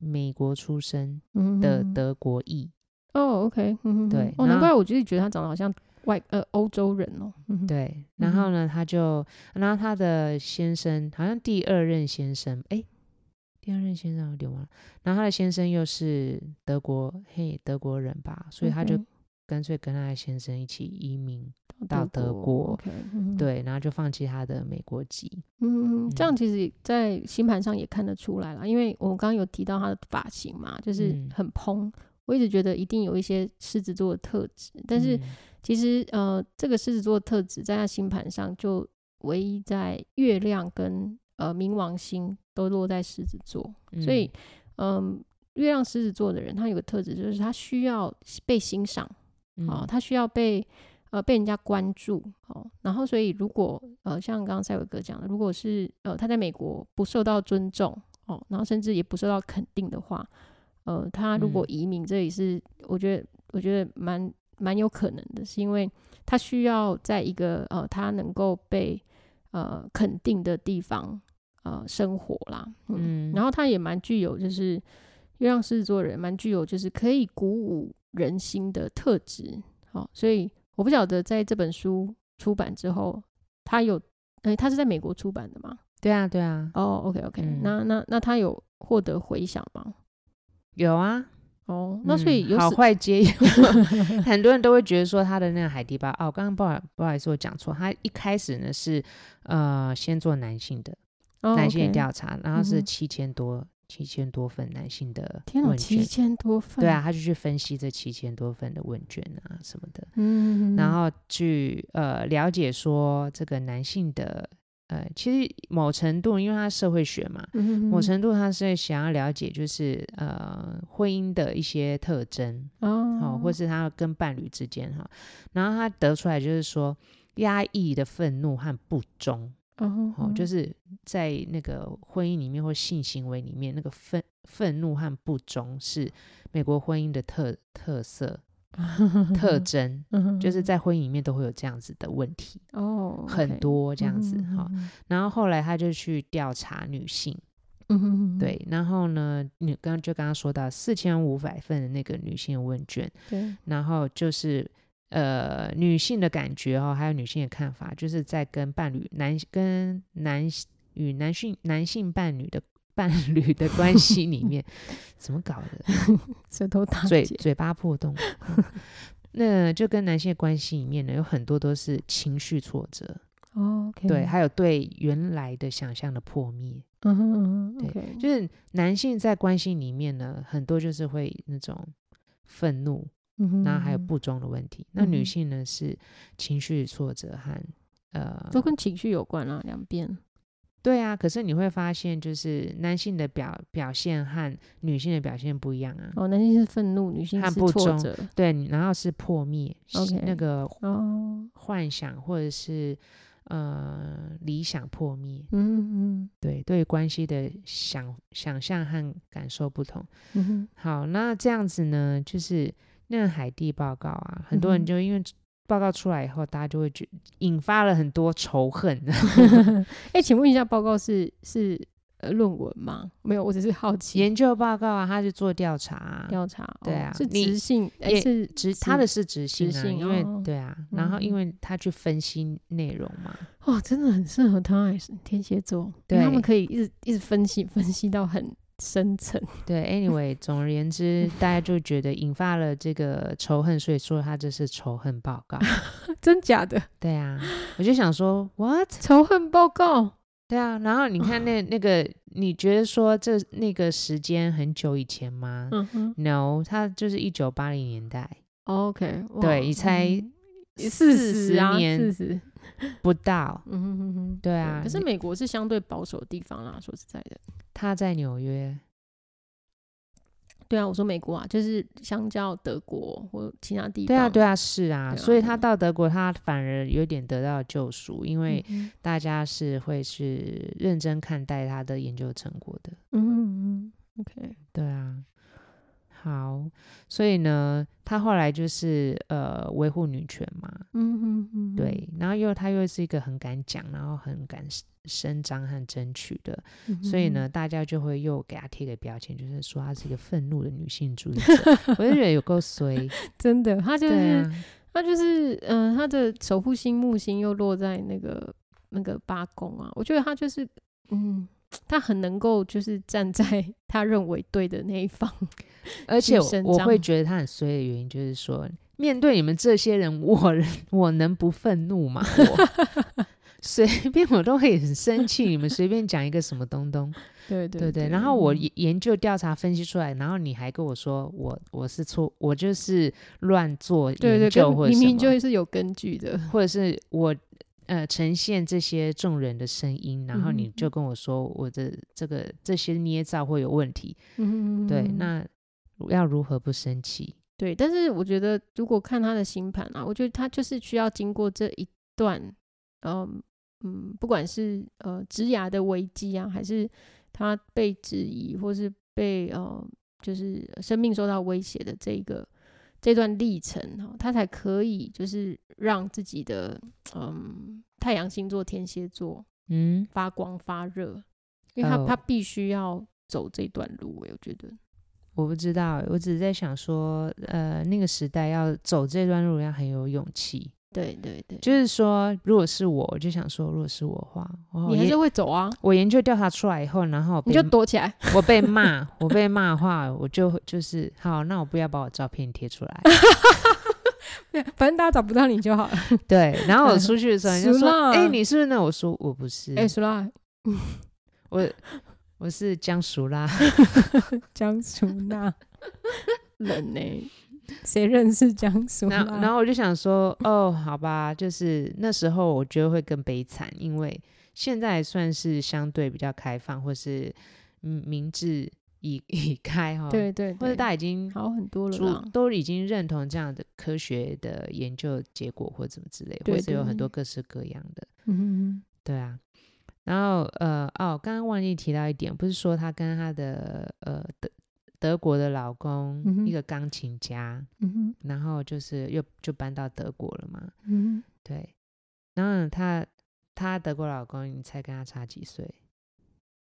Speaker 1: 美国出生
Speaker 2: 嗯
Speaker 1: 的
Speaker 2: 嗯嗯
Speaker 1: 德国裔，
Speaker 2: 哦 OK，嗯哼
Speaker 1: 对
Speaker 2: 哦
Speaker 1: 然
Speaker 2: 难
Speaker 1: 后
Speaker 2: 怪我就是觉得他长得好像外呃欧洲人哦，嗯哼，
Speaker 1: 对。然后呢，他就，然后他的先生好像第二任先生，哎，第二任先生有点忘了。然后他的先生又是德国，嘿，德国人吧，所以他就
Speaker 2: OK，
Speaker 1: 干脆跟他的先生一起移民，到
Speaker 2: 到
Speaker 1: 德国
Speaker 2: 哦国，OK，嗯哼，
Speaker 1: 对，然后就放弃他的美国籍。
Speaker 2: 嗯，这样
Speaker 1: 嗯
Speaker 2: 其实，在星盘上也看得出来了，因为我刚刚有提到他的发型嘛，就是
Speaker 1: 嗯
Speaker 2: 很蓬。我一直觉得一定有一些狮子座的特质，但是
Speaker 1: 嗯
Speaker 2: 其实、呃，这个狮子座的特质在他星盘上就唯一在月亮跟呃冥王星都落在狮子座，所以嗯、月亮狮子座的人，他有个特质就是他需要被欣赏。
Speaker 1: 嗯
Speaker 2: 哦，他需要被呃被人家关注哦。然后，所以如果呃像刚刚赛伟哥讲的，如果是呃他在美国不受到尊重哦，然后甚至也不受到肯定的话，呃，他如果
Speaker 1: 嗯
Speaker 2: 移民，这也是我觉得我觉得蛮蛮有可能的，是因为他需要在一个呃他能够被呃肯定的地方呃生活啦，嗯
Speaker 1: 嗯
Speaker 2: 然后他也蛮具有就是月亮狮子座的人蛮具有就是可以鼓舞人心的特质。好、所以我不晓得在这本书出版之后，他有，哎、他是在美国出版的嘛？
Speaker 1: 对啊，对啊，
Speaker 2: 哦，OK OK，、
Speaker 1: 嗯
Speaker 2: 那那那他有获得回响吗？
Speaker 1: 有啊。
Speaker 2: 哦，那所以
Speaker 1: 嗯
Speaker 2: 有
Speaker 1: 好
Speaker 2: 史
Speaker 1: 坏 皆有， 很多人都会觉得说他的那个海蒂巴哦，刚刚不好不好意思，我讲错，他一开始呢是呃先做男性的
Speaker 2: 哦
Speaker 1: 男性的
Speaker 2: OK
Speaker 1: 调查，然后
Speaker 2: 嗯
Speaker 1: 是
Speaker 2: 哼
Speaker 1: 七千多七千多份男性的
Speaker 2: 天哪，
Speaker 1: 问
Speaker 2: 七
Speaker 1: 卷，
Speaker 2: 千多份，
Speaker 1: 对啊，，他就去分析这七千多份的问卷啊什么的，
Speaker 2: 嗯，
Speaker 1: 然后去呃了解说这个男性的呃，其实某程度因为他社会学嘛，
Speaker 2: 嗯
Speaker 1: 某程度他是想要了解就是呃婚姻的一些特征。
Speaker 2: 哦
Speaker 1: 哦，或是他跟伴侣之间哈、然后他得出来就是说，压抑的愤怒和不忠，
Speaker 2: 哦
Speaker 1: 哦，就是是在那个婚姻里面或性行为里面，那个愤愤怒和不忠是美国婚姻的特特色特征，
Speaker 2: 嗯
Speaker 1: 就是在婚姻里面都会有这样子的问题，
Speaker 2: 哦嗯
Speaker 1: 很多这样子哈、，
Speaker 2: OK
Speaker 1: 然后后来他就去调查女性，
Speaker 2: 嗯哼哼哼
Speaker 1: 对，然后呢，你刚就刚刚说到四千五百份的那个女性问卷。
Speaker 2: 对，
Speaker 1: 然后就是呃女性的感觉哦，还有女性的看法，就是在跟伴侣男跟男与男性男性伴侣的伴侣的关系里面，怎么搞的？
Speaker 2: 舌头打
Speaker 1: 嘴
Speaker 2: 结，
Speaker 1: 嘴巴破洞。 嗯那就跟男性的关系里面呢，有很多都是情绪挫折，
Speaker 2: 哦，OK，
Speaker 1: 对，还有对原来的想象的破灭。
Speaker 2: 嗯哼嗯哼
Speaker 1: 对
Speaker 2: ，OK，
Speaker 1: 就是男性在关系里面呢，很多就是会那种愤怒，
Speaker 2: 嗯
Speaker 1: 那还有
Speaker 2: 哼
Speaker 1: 不忠的问题。
Speaker 2: 嗯
Speaker 1: 那
Speaker 2: 哼
Speaker 1: 女性呢是情绪挫折和呃，
Speaker 2: 都跟情绪有关啦，两边，
Speaker 1: 嗯对啊。可是你会发现，就是男性的表表现和女性的表现不一样啊。
Speaker 2: 哦，男性是愤怒，女性
Speaker 1: 和
Speaker 2: 是
Speaker 1: 不
Speaker 2: 挫
Speaker 1: 忠
Speaker 2: 折，
Speaker 1: 对，然后是破灭是
Speaker 2: OK
Speaker 1: 那个
Speaker 2: 哦，
Speaker 1: 幻想或者是呃理想破灭。
Speaker 2: 嗯嗯
Speaker 1: 对，对于关系的想想象和感受不同。
Speaker 2: 嗯哼，
Speaker 1: 好，那这样子呢，就是那个海地报告啊，很多
Speaker 2: 嗯
Speaker 1: 人
Speaker 2: 哼
Speaker 1: 就因为报告出来以后，大家就会觉引发了很多仇恨。
Speaker 2: 哎，请问一下，报告是是呃论文吗？没有，我只是好奇
Speaker 1: 研究报告啊，他是做调查、啊，
Speaker 2: 调查，哦
Speaker 1: 对啊
Speaker 2: 是
Speaker 1: 你
Speaker 2: 直性，哎，
Speaker 1: 也
Speaker 2: 是
Speaker 1: 执
Speaker 2: 是
Speaker 1: 他的是执行
Speaker 2: 执
Speaker 1: 啊，
Speaker 2: 行
Speaker 1: 因为、
Speaker 2: 哦
Speaker 1: 对啊，然后
Speaker 2: 嗯
Speaker 1: 因为他去分析内容嘛，
Speaker 2: 哦，真的很适合他哎，是天蝎座，因为他们
Speaker 1: 对
Speaker 2: 可以一直一直分析分析到很深层。
Speaker 1: 对，anyway，总而言之，大家就觉得引发了这个仇恨，所以说他这是仇恨报 告。
Speaker 2: 真假的
Speaker 1: 对啊，我就想说 what？
Speaker 2: 仇恨报告，
Speaker 1: 对啊，然后你 看那那个，你觉得说这那个时间很久以前吗？
Speaker 2: 嗯哼哦
Speaker 1: No，他就是一九八零年代，
Speaker 2: ，OK，哇
Speaker 1: 对你才
Speaker 2: 嗯
Speaker 1: 40
Speaker 2: 啊，
Speaker 1: 年
Speaker 2: 四十，
Speaker 1: 不到。
Speaker 2: 嗯哼哼哼，
Speaker 1: 对啊
Speaker 2: 可是
Speaker 1: 你
Speaker 2: 美国是相对保守的地方啦，说实在的，
Speaker 1: 他在纽约，
Speaker 2: 对啊，我说美国啊，就是相较德国或其他地方，
Speaker 1: 对啊，对啊，是啊，
Speaker 2: 对啊
Speaker 1: 所以
Speaker 2: 对
Speaker 1: 他
Speaker 2: 啊
Speaker 1: 到德国，他反而有点得到救赎，因为
Speaker 2: 嗯
Speaker 1: 大家是会是认真看待他的研究成果的。
Speaker 2: 哼，嗯哼嗯哼，OK，
Speaker 1: 对啊，好，所以呢，他后来就是呃维护女权嘛，
Speaker 2: 嗯哼嗯哼，
Speaker 1: 对，然后又他又是一个很敢讲，然后很敢伸张和争取的，
Speaker 2: 嗯哼
Speaker 1: 所以呢，，大家就会又给她贴个标签，就是说她是一个愤怒的女性主义者。 我就觉得有够衰，
Speaker 2: 真的， 他就
Speaker 1: 对
Speaker 2: 是
Speaker 1: 啊，
Speaker 2: 他就是，嗯、他的守护星木星又落在那个那个八宫啊，我觉得他就是，嗯，他很能够就是站在他认为对的那一方，
Speaker 1: 而且
Speaker 2: 去
Speaker 1: 我
Speaker 2: 伸
Speaker 1: 我会
Speaker 2: 张
Speaker 1: 觉得她很衰的原因就是说，面对你们这些人，我我能不愤 怒吗？我随便我都会很生气，你们随便讲一个什么东东，
Speaker 2: 对对
Speaker 1: 对不
Speaker 2: 对
Speaker 1: 对？然后我
Speaker 2: 嗯
Speaker 1: 研研究调查分析出来，然后你还跟我说我我是错，我就是乱做
Speaker 2: 对对
Speaker 1: 研
Speaker 2: 跟
Speaker 1: 究或者
Speaker 2: 明
Speaker 1: 什
Speaker 2: 明
Speaker 1: 么
Speaker 2: 就是有根据的，嗯
Speaker 1: 或者是我呃呈现这些众人的声音，然后
Speaker 2: 嗯
Speaker 1: 你就跟我说我的这个这些捏造会有问题，
Speaker 2: 嗯，
Speaker 1: 对，那要如何不生气？
Speaker 2: 对，但是我觉得如果看他的星盘啊，我觉得他就是需要经过这一段，嗯嗯，不管是呃职涯的危机啊，还是他被质疑，或是被呃就是生命受到威胁的这一个这段历程哦，他才可以就是让自己的嗯太阳星座天蝎座
Speaker 1: 嗯，
Speaker 2: 发光发热，因为他、
Speaker 1: 哦
Speaker 2: 他必须要走这段路、欸，我觉得
Speaker 1: 我不知道欸，我只是在想说，呃，那个时代要走这段路要很有勇气。
Speaker 2: 对对对，
Speaker 1: 就是说，如果是我，我就想说，如果是我的话，我
Speaker 2: 你还
Speaker 1: 研
Speaker 2: 是会走啊，
Speaker 1: 我研究调查出来以后，然后我
Speaker 2: 你
Speaker 1: 被
Speaker 2: 就躲起来。
Speaker 1: 我被骂，我被骂的话，我就就是好，那我不要把我照片贴出来。
Speaker 2: 对， 反正大家找不到你就好了。
Speaker 1: 对，然后我出去的时候， 人家
Speaker 2: 熟
Speaker 1: 说：“
Speaker 2: 啦
Speaker 1: 哎、你是不是那？”我说：“我不是，
Speaker 2: 哎、苏拉，
Speaker 1: 我我是江熟啦。
Speaker 2: 江苏 那人呢、谁认识江” 苏
Speaker 1: 然后然
Speaker 2: 那？
Speaker 1: 后我就想说：“哦，好吧，就是那时候我觉得会更悲惨，因为现在算是相对比较开放，或是嗯明智已已开哈、哦，，
Speaker 2: 对对
Speaker 1: 或者
Speaker 2: 对，
Speaker 1: 大家已经
Speaker 2: 好很多了
Speaker 1: 主
Speaker 2: 啦。
Speaker 1: 都已经认同这样的科学的研究结果或怎么之类，
Speaker 2: 对
Speaker 1: 或是有
Speaker 2: 对
Speaker 1: 很多各式各样的，
Speaker 2: 嗯，
Speaker 1: 对啊。然后呃哦，刚刚忘记提到一点，不是说她跟她的呃德德国的老公、
Speaker 2: 嗯哼
Speaker 1: 一个钢琴家，
Speaker 2: 嗯哼，
Speaker 1: 然后就是又就搬到德国了嘛，
Speaker 2: 嗯
Speaker 1: 对。然后她她德国老公，你猜跟她差几岁？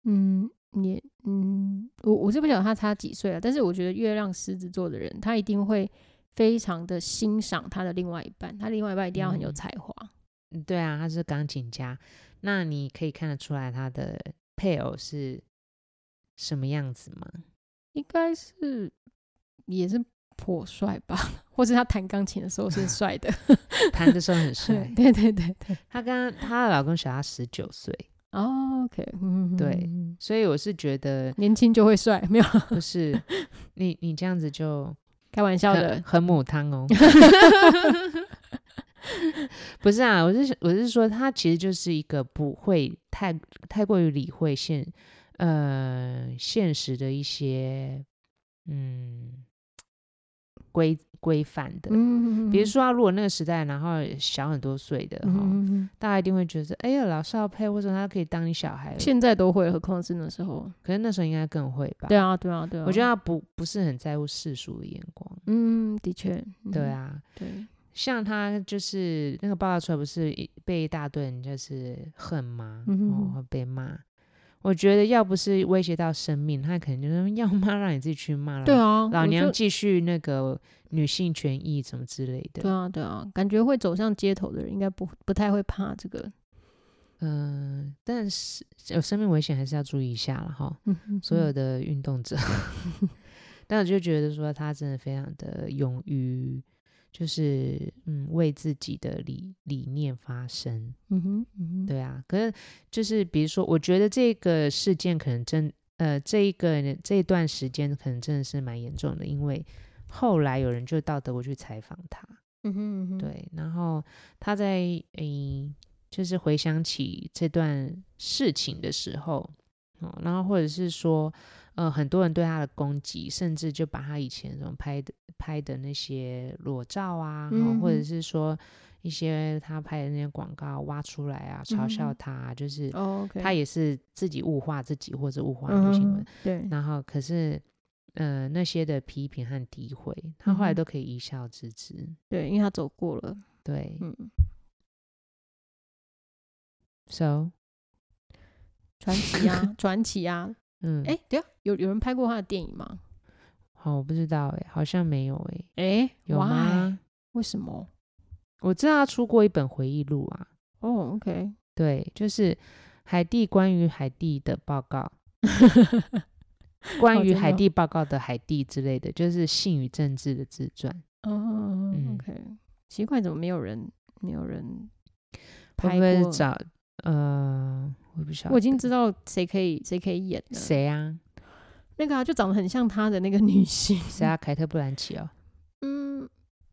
Speaker 2: 哼，嗯，你嗯，我我是不晓得他差几岁啊，但是我觉得月亮狮子座的人，他一定会非常的欣赏他的另外一半，他另外一半一定要很有
Speaker 1: 嗯
Speaker 2: 才华。
Speaker 1: 嗯对啊，他是钢琴家，那你可以看得出来他的配偶是什么样子吗？
Speaker 2: 应该是也是颇帅吧， 或是他弹钢琴的时候是帅 的。
Speaker 1: 弹的时候很帅。
Speaker 2: 对对对对。
Speaker 1: 她跟她的老公小她十九岁，
Speaker 2: 哦，OK，嗯，
Speaker 1: 对
Speaker 2: 嗯，嗯
Speaker 1: 所以我是觉得
Speaker 2: 年轻就会帅，没有
Speaker 1: 不是你你这样子就
Speaker 2: 开玩笑
Speaker 1: 很
Speaker 2: 的。嗯
Speaker 1: 很母汤哦。不是啊，我是我是说，她其实就是一个不会太太过于理会现呃现实的一些嗯规规范的。
Speaker 2: 嗯
Speaker 1: 比如，说、啊，如果那个时代，然后小很多岁的
Speaker 2: 嗯
Speaker 1: 哈，
Speaker 2: 嗯嗯
Speaker 1: 大家一定会觉得，哎呀，老少配，为什么他可以当你小孩
Speaker 2: 嗯？现在都会，何况是那时候。
Speaker 1: 可是那时候应该更会吧？
Speaker 2: 对啊，对啊，对啊。
Speaker 1: 我觉得他不不是很在乎世俗的眼光。
Speaker 2: 嗯，的确，嗯
Speaker 1: 对，啊，
Speaker 2: 对，
Speaker 1: 像他就是那个报道出来，不是一被一大堆人就是恨吗？
Speaker 2: 嗯哼
Speaker 1: 哦，
Speaker 2: 哼
Speaker 1: 会被骂。我觉得要不是威胁到生命，他可能就说要骂让你自己去骂了。
Speaker 2: 对，啊，
Speaker 1: 老
Speaker 2: 我
Speaker 1: 娘
Speaker 2: 就
Speaker 1: 继续那个女性权益什么之类
Speaker 2: 对
Speaker 1: 的。
Speaker 2: 啊，对啊，感觉会走上街头的人，应该不不太会怕这个。
Speaker 1: 嗯、但是有生命危险还是要注意一下了哈。
Speaker 2: 嗯哼
Speaker 1: 所有
Speaker 2: 哼
Speaker 1: 的运 动者。但我就觉得说，他真的非常的勇于，就是嗯，为自己的理理念发声。
Speaker 2: 嗯哼，嗯哼，
Speaker 1: 对啊，可是就是比如说，我觉得这个事件可能真呃，这一个这一段时间可能真的是蛮严重的，因为后来有人就到德国去采访他，
Speaker 2: 嗯哼，嗯哼，
Speaker 1: 对，然后他在嗯，就是回想起这段事情的时候，哦，然后或者是说，呃，很多人对他的攻击，甚至就把他以前那种拍的拍的那些裸照啊，哦或者
Speaker 2: 嗯
Speaker 1: 是说一些他拍的那些广告挖出来啊，嘲笑
Speaker 2: 嗯
Speaker 1: 他啊、就是
Speaker 2: 哦，OK，
Speaker 1: 他也是自己物化自己或者物化
Speaker 2: 嗯
Speaker 1: 女性
Speaker 2: 哼
Speaker 1: 们，
Speaker 2: 哼，对，
Speaker 1: 然后可是。呃，那些的批评和诋毁，他后来
Speaker 2: 嗯哼
Speaker 1: 都可以一笑置之。
Speaker 2: 对，因为他走过了，
Speaker 1: 对、
Speaker 2: 嗯，
Speaker 1: s o
Speaker 2: 传奇 啊，传奇啊，
Speaker 1: 嗯，
Speaker 2: 哎，对啊，有有人拍过他的电影吗？
Speaker 1: 好，我不知道哎、好像没有哎、
Speaker 2: 哎，
Speaker 1: 有
Speaker 2: why？
Speaker 1: 吗？
Speaker 2: 为什么？
Speaker 1: 我知道他出过一本回忆录啊，
Speaker 2: 哦，OK，
Speaker 1: 对，就是海地关于海地的报 告，关于
Speaker 2: 哦真的
Speaker 1: 海
Speaker 2: 哦
Speaker 1: 地报告的海地之类的，就是性与政治的自传。
Speaker 2: 哦
Speaker 1: 嗯
Speaker 2: ，OK，奇怪，怎么没有人没有人
Speaker 1: 会
Speaker 2: 拍
Speaker 1: 不会
Speaker 2: 过？
Speaker 1: 找呃，我也不晓得，
Speaker 2: 我已经知道谁可以谁可以演了，
Speaker 1: 谁啊？
Speaker 2: 那个啊，就长得很像他的那个女性，
Speaker 1: 谁啊？凯特·布兰奇哦，
Speaker 2: 嗯，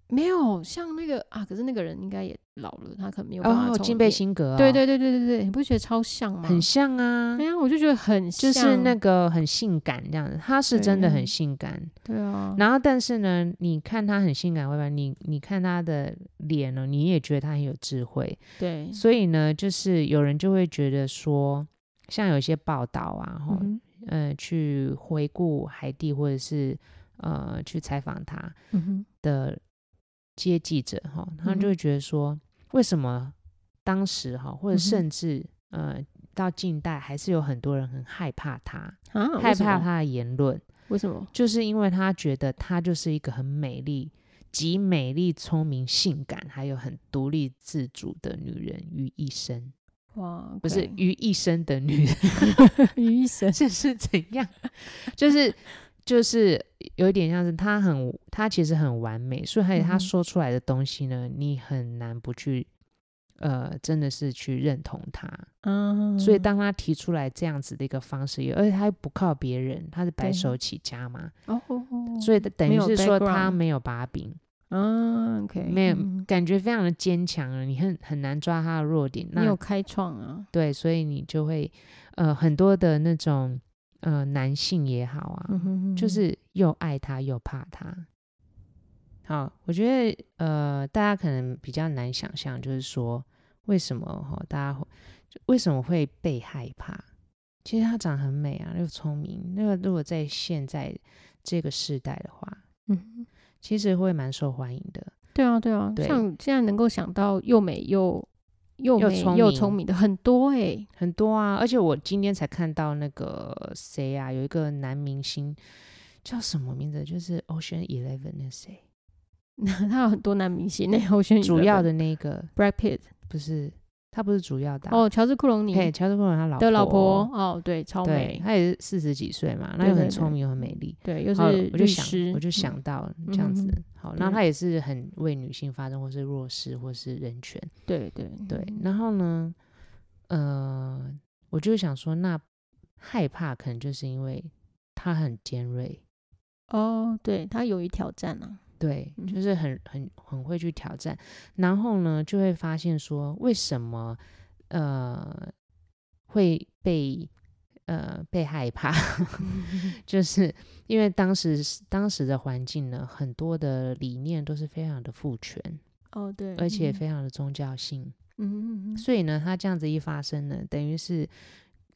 Speaker 2: 没有像那个啊，可是那个人应该也老了，他可能没 有办法
Speaker 1: 哦，
Speaker 2: 从
Speaker 1: 金贝
Speaker 2: 脸，
Speaker 1: 辛格、哦，
Speaker 2: 对，对对对对对，你不觉得超像吗？
Speaker 1: 很像啊
Speaker 2: 对，啊，我就觉得很
Speaker 1: 就
Speaker 2: 像，
Speaker 1: 是那个很性感这样子，他是真的
Speaker 2: 对
Speaker 1: 很性感，
Speaker 2: 对啊，
Speaker 1: 然后，但是呢，你看他很性感外表，你你看他的脸呢，你也觉得他很有智慧。
Speaker 2: 对，
Speaker 1: 所以呢，就是有人就会觉得说，像有一些报道啊，哈、
Speaker 2: 嗯
Speaker 1: 呃，去回顾海蒂或者是呃去采访他
Speaker 2: 哼嗯哼，
Speaker 1: 的接记者哈，齁他
Speaker 2: 嗯
Speaker 1: 们就
Speaker 2: 哼
Speaker 1: 会觉得说，为什么当时哈，齁或者
Speaker 2: 嗯哼
Speaker 1: 甚至、呃到近代还是有很多人很害怕他，
Speaker 2: 啊，为
Speaker 1: 害
Speaker 2: 什
Speaker 1: 怕
Speaker 2: 么
Speaker 1: 他的言论。
Speaker 2: 为什么？
Speaker 1: 就是因为他觉得他就是一个很美丽、集美丽、聪明、性感，还有很独立自主的女人于一身，
Speaker 2: 哇，
Speaker 1: 不是于一身的女人，
Speaker 2: 于医生，
Speaker 1: 这是怎样？ 就是就是有点像是她很，她其实很完美，所以而且她
Speaker 2: 嗯哼
Speaker 1: 说出来的东西呢，你很难不去。呃，真的是去认同她。
Speaker 2: 嗯，
Speaker 1: 所以当她提出来这样子的一个方式，而且她又不靠别人，她是白
Speaker 2: 对啊
Speaker 1: 手起家嘛，
Speaker 2: 哦，
Speaker 1: 所以等
Speaker 2: 没
Speaker 1: 于
Speaker 2: 有
Speaker 1: 是说他
Speaker 2: background
Speaker 1: 没有把柄，
Speaker 2: 嗯，OK，
Speaker 1: 没有
Speaker 2: 嗯
Speaker 1: 感觉非常的坚强啊，你很很难抓他的弱点。
Speaker 2: 你有
Speaker 1: 那
Speaker 2: 开创啊，
Speaker 1: 对，所以你就会呃很多的那种呃男性也好啊，
Speaker 2: 嗯哼哼
Speaker 1: 就
Speaker 2: 哼
Speaker 1: 是又爱他又怕他。好，我觉得呃大家可能比较难想象，就是说为什么哈大家会就为什么会被害怕？其实她长得很美啊，又聪明。那个如果在现在这个时代的话，
Speaker 2: 嗯哼，
Speaker 1: 其实会蛮受欢迎的。
Speaker 2: 对啊，对啊，
Speaker 1: 对
Speaker 2: 像现在能够想到又美又又
Speaker 1: 又
Speaker 2: 美
Speaker 1: 聪
Speaker 2: 又
Speaker 1: 明
Speaker 2: 聪明的很多哎，
Speaker 1: 很多啊，而且我今天才看到那个谁啊，有一个男明星叫什么名字，就是 Ocean Eleven 那谁，
Speaker 2: 他有很多男明星哎，我选
Speaker 1: 主要的那个
Speaker 2: Brad Pitt，
Speaker 1: 不是他不是主要的啊、
Speaker 2: 哦，乔治·库隆尼
Speaker 1: 嘿，乔治·布伦他老
Speaker 2: 的老婆
Speaker 1: 婆，
Speaker 2: 哦，对，超
Speaker 1: 对
Speaker 2: 美，
Speaker 1: 他也是四十几岁嘛，那
Speaker 2: 对
Speaker 1: 又
Speaker 2: 对
Speaker 1: 很
Speaker 2: 对
Speaker 1: 聪明又很美丽。
Speaker 2: 对，又
Speaker 1: 好
Speaker 2: 是
Speaker 1: 我就
Speaker 2: 律师
Speaker 1: 想，，我就
Speaker 2: 嗯
Speaker 1: 想到这样子
Speaker 2: 嗯哼。
Speaker 1: 好，那
Speaker 2: 对
Speaker 1: 他也是很为女性发声，或是弱势，或是人权。
Speaker 2: 对嗯对
Speaker 1: 对，然后呢，呃，我就想说，那害怕可能就是因为他很尖锐，
Speaker 2: 哦，对他有一挑战啊，
Speaker 1: 对，就
Speaker 2: 嗯
Speaker 1: 是很很很会去挑战，然后呢，就会发现说，为什么呃会被呃被害怕， 就是因为当时是当时的环境呢，很多的理念都是非常的父权，
Speaker 2: 哦对，
Speaker 1: 而且
Speaker 2: 嗯
Speaker 1: 非常的宗教性。
Speaker 2: 嗯嗯嗯
Speaker 1: 所以呢，他这样子一发生呢，等于是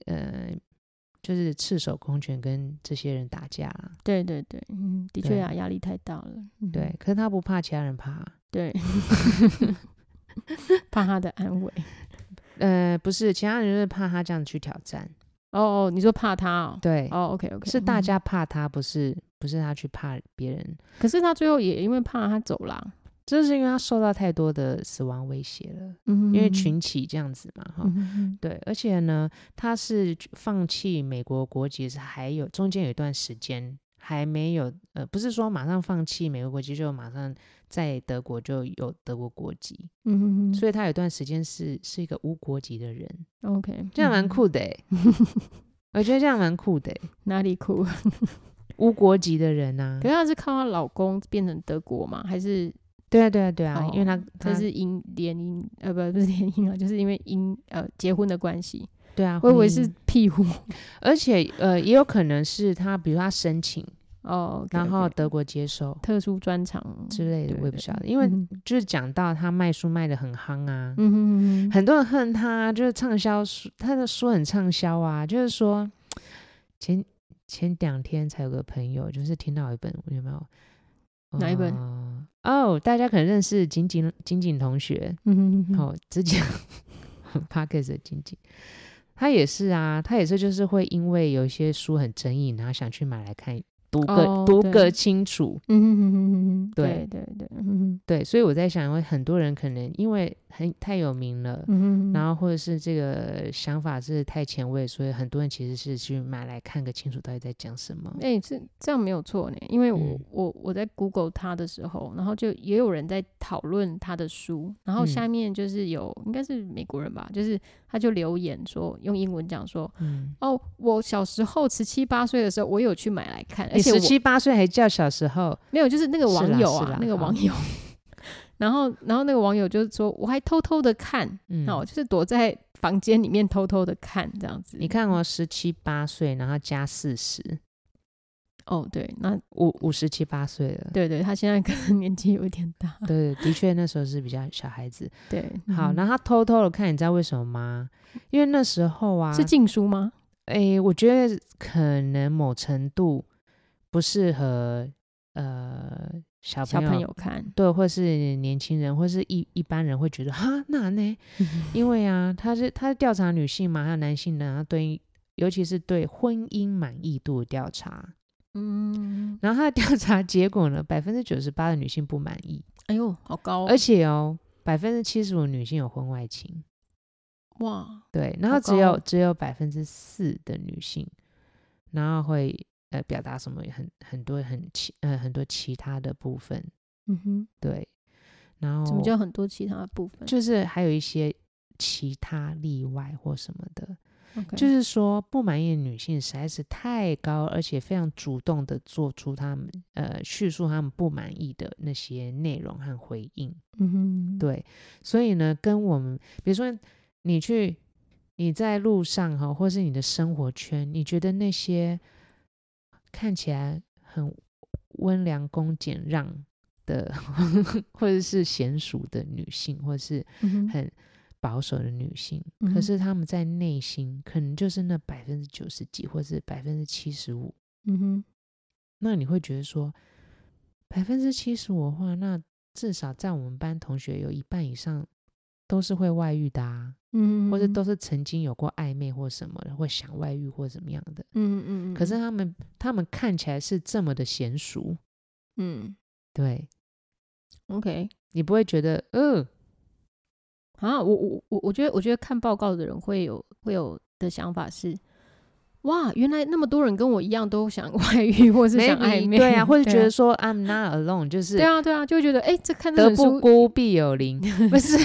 Speaker 1: 呃，就是赤手空拳跟这些人打架啦。
Speaker 2: 对对对，嗯，的确
Speaker 1: 对
Speaker 2: 啊，压力太大了。嗯
Speaker 1: 对，可是他不怕其他人怕啊，
Speaker 2: 对，怕他的安危。
Speaker 1: 呃，不是，其他人就是怕他这样去挑战。
Speaker 2: 哦哦，你说怕他哦？
Speaker 1: 对，
Speaker 2: 哦，OK OK，
Speaker 1: 是大、家怕他，不是不是他去怕别人，
Speaker 2: 嗯可是他最后也因为怕他走了，
Speaker 1: 这是因为他受到太多的死亡威胁了，
Speaker 2: 嗯
Speaker 1: 因为群起这样子嘛，哈。
Speaker 2: 嗯嗯
Speaker 1: 对，而且呢，他是放弃美国国籍，是还有中间有一段时间还没有，呃，不是说马上放弃美国国籍就马上在德国就有德国国籍，
Speaker 2: 嗯嗯，
Speaker 1: 所以他有一段时间是是一个无国籍的人，
Speaker 2: 以 OK，
Speaker 1: 这样蛮
Speaker 2: 嗯，
Speaker 1: 酷 的、欸我觉得这样蛮酷的欸、
Speaker 2: 哪里酷？可
Speaker 1: 无国籍的人啊
Speaker 2: 是，他是靠她老公变成德国嘛，还是
Speaker 1: 对啊，对啊，对啊，因为他
Speaker 2: 哦
Speaker 1: 他
Speaker 2: 这是因联姻呃不不是联姻啊，就是因为因呃结婚的关系，
Speaker 1: 对啊，
Speaker 2: 我以为
Speaker 1: 婚
Speaker 2: 是
Speaker 1: 姻，
Speaker 2: 庇护
Speaker 1: 而且呃，也有可能是他，比如他申请，
Speaker 2: 哦，
Speaker 1: 然后德国接收
Speaker 2: 特殊专长
Speaker 1: 之类的，
Speaker 2: 对
Speaker 1: 我也不
Speaker 2: 对
Speaker 1: 晓得，因为
Speaker 2: 嗯
Speaker 1: 就是讲到他卖书卖的很夯啊，
Speaker 2: 嗯哼嗯哼
Speaker 1: 很多人恨他，就是畅销书，他的书很畅销啊。就是说，前前两天才有个朋友，就是听到一本有没有？
Speaker 2: 哪一本
Speaker 1: 呃哦，大家可能认识景景景景同学，
Speaker 2: 嗯哼嗯哼，
Speaker 1: 哦， 之前 p a r k e s 的景景，他也是啊，他也是就是会因为有一些书很争议，然后想去买来看，读个、
Speaker 2: 哦
Speaker 1: 读
Speaker 2: 对
Speaker 1: 个清楚。
Speaker 2: 嗯哼嗯哼嗯哼，
Speaker 1: 对
Speaker 2: 对对对，嗯
Speaker 1: 对，所以我在想，因为很多人可能因为很太有名了
Speaker 2: 哼，嗯哼，
Speaker 1: 然
Speaker 2: 后
Speaker 1: 后或者是这个想法是太前卫，所以很多人其实是去买来看个清楚到底在讲什么。
Speaker 2: 哎，这这样没有错呢，因为我、
Speaker 1: 嗯
Speaker 2: 我我在 Google 他的时候，然后就也有人在讨论他的书，然后
Speaker 1: 嗯
Speaker 2: 下面就是有、应该是美国人吧，就是他就留言说用英文讲说，
Speaker 1: 嗯，
Speaker 2: 哦，我小时候十七八岁的时候，我有去买来看，而
Speaker 1: 你
Speaker 2: 且我
Speaker 1: 十七八岁还叫小时候，
Speaker 2: 没有，就是那个
Speaker 1: 是啦
Speaker 2: 网友
Speaker 1: 是
Speaker 2: 啊
Speaker 1: 啦，
Speaker 2: 那个
Speaker 1: 好
Speaker 2: 网友。 然后，然后那个网友就是说，我还偷偷的看，
Speaker 1: 嗯，
Speaker 2: 那我就是躲在房间里面偷偷的看这样哎子。
Speaker 1: 你看哦，十七八岁，然后加四十，
Speaker 2: 哦，对，那
Speaker 1: 五五十七八岁了。
Speaker 2: 对对，他现在可能年纪有一点大，
Speaker 1: 对，的确那时候是比较小孩子。
Speaker 2: 对，
Speaker 1: 好，
Speaker 2: 嗯
Speaker 1: 然后他偷偷的看，你知道为什 么吗？因为那时候啊，
Speaker 2: 是禁书吗？
Speaker 1: 诶，我觉得可能某程度不适合呃小
Speaker 2: 小
Speaker 1: 朋友
Speaker 2: 朋友看，
Speaker 1: 对，或是年轻人，或是一一般人会觉得哈那呢？因为啊，他是他是调查女性嘛，还有男性呢，然后对，尤其是对婚姻满意度的调查，
Speaker 2: 嗯，
Speaker 1: 然后他的调查结果呢，百分之九十八的女性不满意，
Speaker 2: 哎呦，好高、哦，
Speaker 1: 而且哦，百分之七十五女性有婚外情，
Speaker 2: 哇，
Speaker 1: 对，然
Speaker 2: 好
Speaker 1: 后只有
Speaker 2: 高哦
Speaker 1: 只有百分之四的女性，然后会呃表达什么很很多很其呃很多其他的部分，
Speaker 2: 嗯哼，
Speaker 1: 对，然后
Speaker 2: 怎么叫很多其他的部分？
Speaker 1: 就是还有一些其他例外或什么的，
Speaker 2: OK
Speaker 1: 就是说不满意的女性实在是太高，而且非常主动的做出她们呃叙述她们不满意的那些内容和回应。
Speaker 2: 嗯哼，
Speaker 1: 对，所以呢，跟我们比如说你去你在路上哈，或是你的生活圈，你觉得那些看起来很温良恭俭让的， 或者是娴熟的女性，或是
Speaker 2: 嗯哼，
Speaker 1: 很保守的女性，
Speaker 2: 嗯
Speaker 1: 可
Speaker 2: 哼
Speaker 1: 是她们在内心可能就是那百分之九十几，或是百分之七十五，
Speaker 2: 嗯哼，
Speaker 1: 那你会觉得说，百分之七十五的话，那至少在我们班同学有一半以上都是会外遇的啊，
Speaker 2: 嗯哼，
Speaker 1: 或者都是曾经有过暧昧或什么的，或想外遇或怎么样的。
Speaker 2: 嗯，嗯嗯嗯，
Speaker 1: 可是他们他们看起来是这么的娴熟，
Speaker 2: 嗯
Speaker 1: 对
Speaker 2: ，OK，
Speaker 1: 你不会觉得，呃，
Speaker 2: 啊，我我我我觉得，我觉得看报告的人会有会有的想法是，哇，原来那么多人跟我一样都想外遇或是想
Speaker 1: maybe，
Speaker 2: 暧昧，
Speaker 1: 对啊，或者觉得
Speaker 2: 啊
Speaker 1: 说 I'm not alone，就是
Speaker 2: 对啊对啊，就会觉得哎、这看这
Speaker 1: 德
Speaker 2: 本
Speaker 1: 不
Speaker 2: 书
Speaker 1: 孤必有 邻，不是。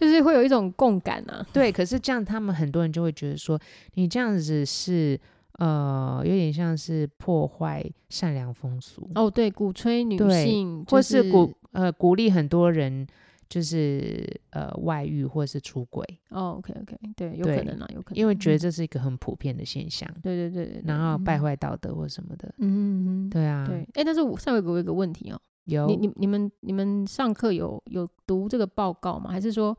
Speaker 2: 就是会有一种共感啊，
Speaker 1: 对，可是这样他们很多人就会觉得说，你这样子是呃，有点像是破坏善良风俗，
Speaker 2: 哦对，鼓吹女
Speaker 1: 对
Speaker 2: 性，就
Speaker 1: 或
Speaker 2: 是
Speaker 1: 是鼓呃鼓励很多人就是呃外遇或是出轨，
Speaker 2: 哦 OK OK，对，有
Speaker 1: 对
Speaker 2: 可能啊，有可能，
Speaker 1: 因为觉得
Speaker 2: 嗯
Speaker 1: 这是一个很普遍的现象，
Speaker 2: 对对对对对，
Speaker 1: 然后败
Speaker 2: 嗯，
Speaker 1: 坏道德或什么的。
Speaker 2: 嗯嗯嗯，
Speaker 1: 对啊，
Speaker 2: 对，哎、但是我上回有一个问题哦、
Speaker 1: 有
Speaker 2: 你你你们你们上课有有读这个报告吗？还是说，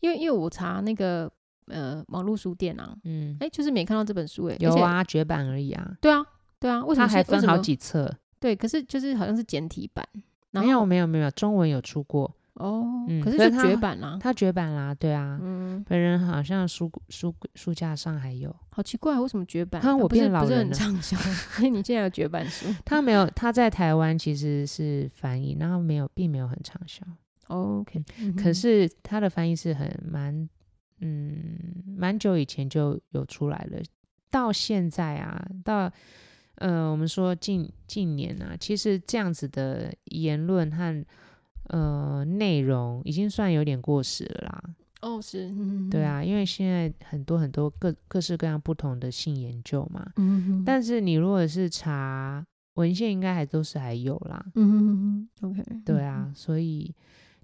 Speaker 2: 因为因为我查那个呃网络书店啊，
Speaker 1: 嗯
Speaker 2: 哎、就是没看到这本书哎、
Speaker 1: 有
Speaker 2: 而且，
Speaker 1: 啊，绝版而已啊，
Speaker 2: 对啊对啊，为什
Speaker 1: 它
Speaker 2: 么是
Speaker 1: 还
Speaker 2: 为
Speaker 1: 分
Speaker 2: 什
Speaker 1: 好
Speaker 2: 么
Speaker 1: 几册，
Speaker 2: 对？可是就是好像是简体版，然
Speaker 1: 没
Speaker 2: 后
Speaker 1: 有没有没有，中文有出过，
Speaker 2: 哦，
Speaker 1: 嗯
Speaker 2: 可是
Speaker 1: 所以
Speaker 2: 就
Speaker 1: 它
Speaker 2: 绝版啦、啊
Speaker 1: 它绝版啦，对啊，
Speaker 2: 嗯，
Speaker 1: 本人好像书书书架上还有。
Speaker 2: 好奇怪，为什么 绝版？
Speaker 1: 看
Speaker 2: 啊
Speaker 1: 我
Speaker 2: 不是
Speaker 1: 变老
Speaker 2: 不是
Speaker 1: 人
Speaker 2: 很
Speaker 1: 了
Speaker 2: 畅销， 因为你现在有绝版 书
Speaker 1: 他没有，他在台湾其实是翻译，然后没有，并没有很畅销。
Speaker 2: ，OK，嗯
Speaker 1: 可是他的翻译是很蛮，嗯，蛮久以前就有出来了，到现在啊，到呃，我们说近近年啊，其实这样子的言论和呃内容已经算有点过时了啦。
Speaker 2: 哦是，嗯
Speaker 1: 对，啊，因为现在很多很多各各式各样不同的性研究嘛，
Speaker 2: 嗯嗯，
Speaker 1: 但是你如果是查文献，应该还都是还有啦。
Speaker 2: 嗯嗯嗯，OK，
Speaker 1: 对
Speaker 2: 嗯
Speaker 1: 啊，所以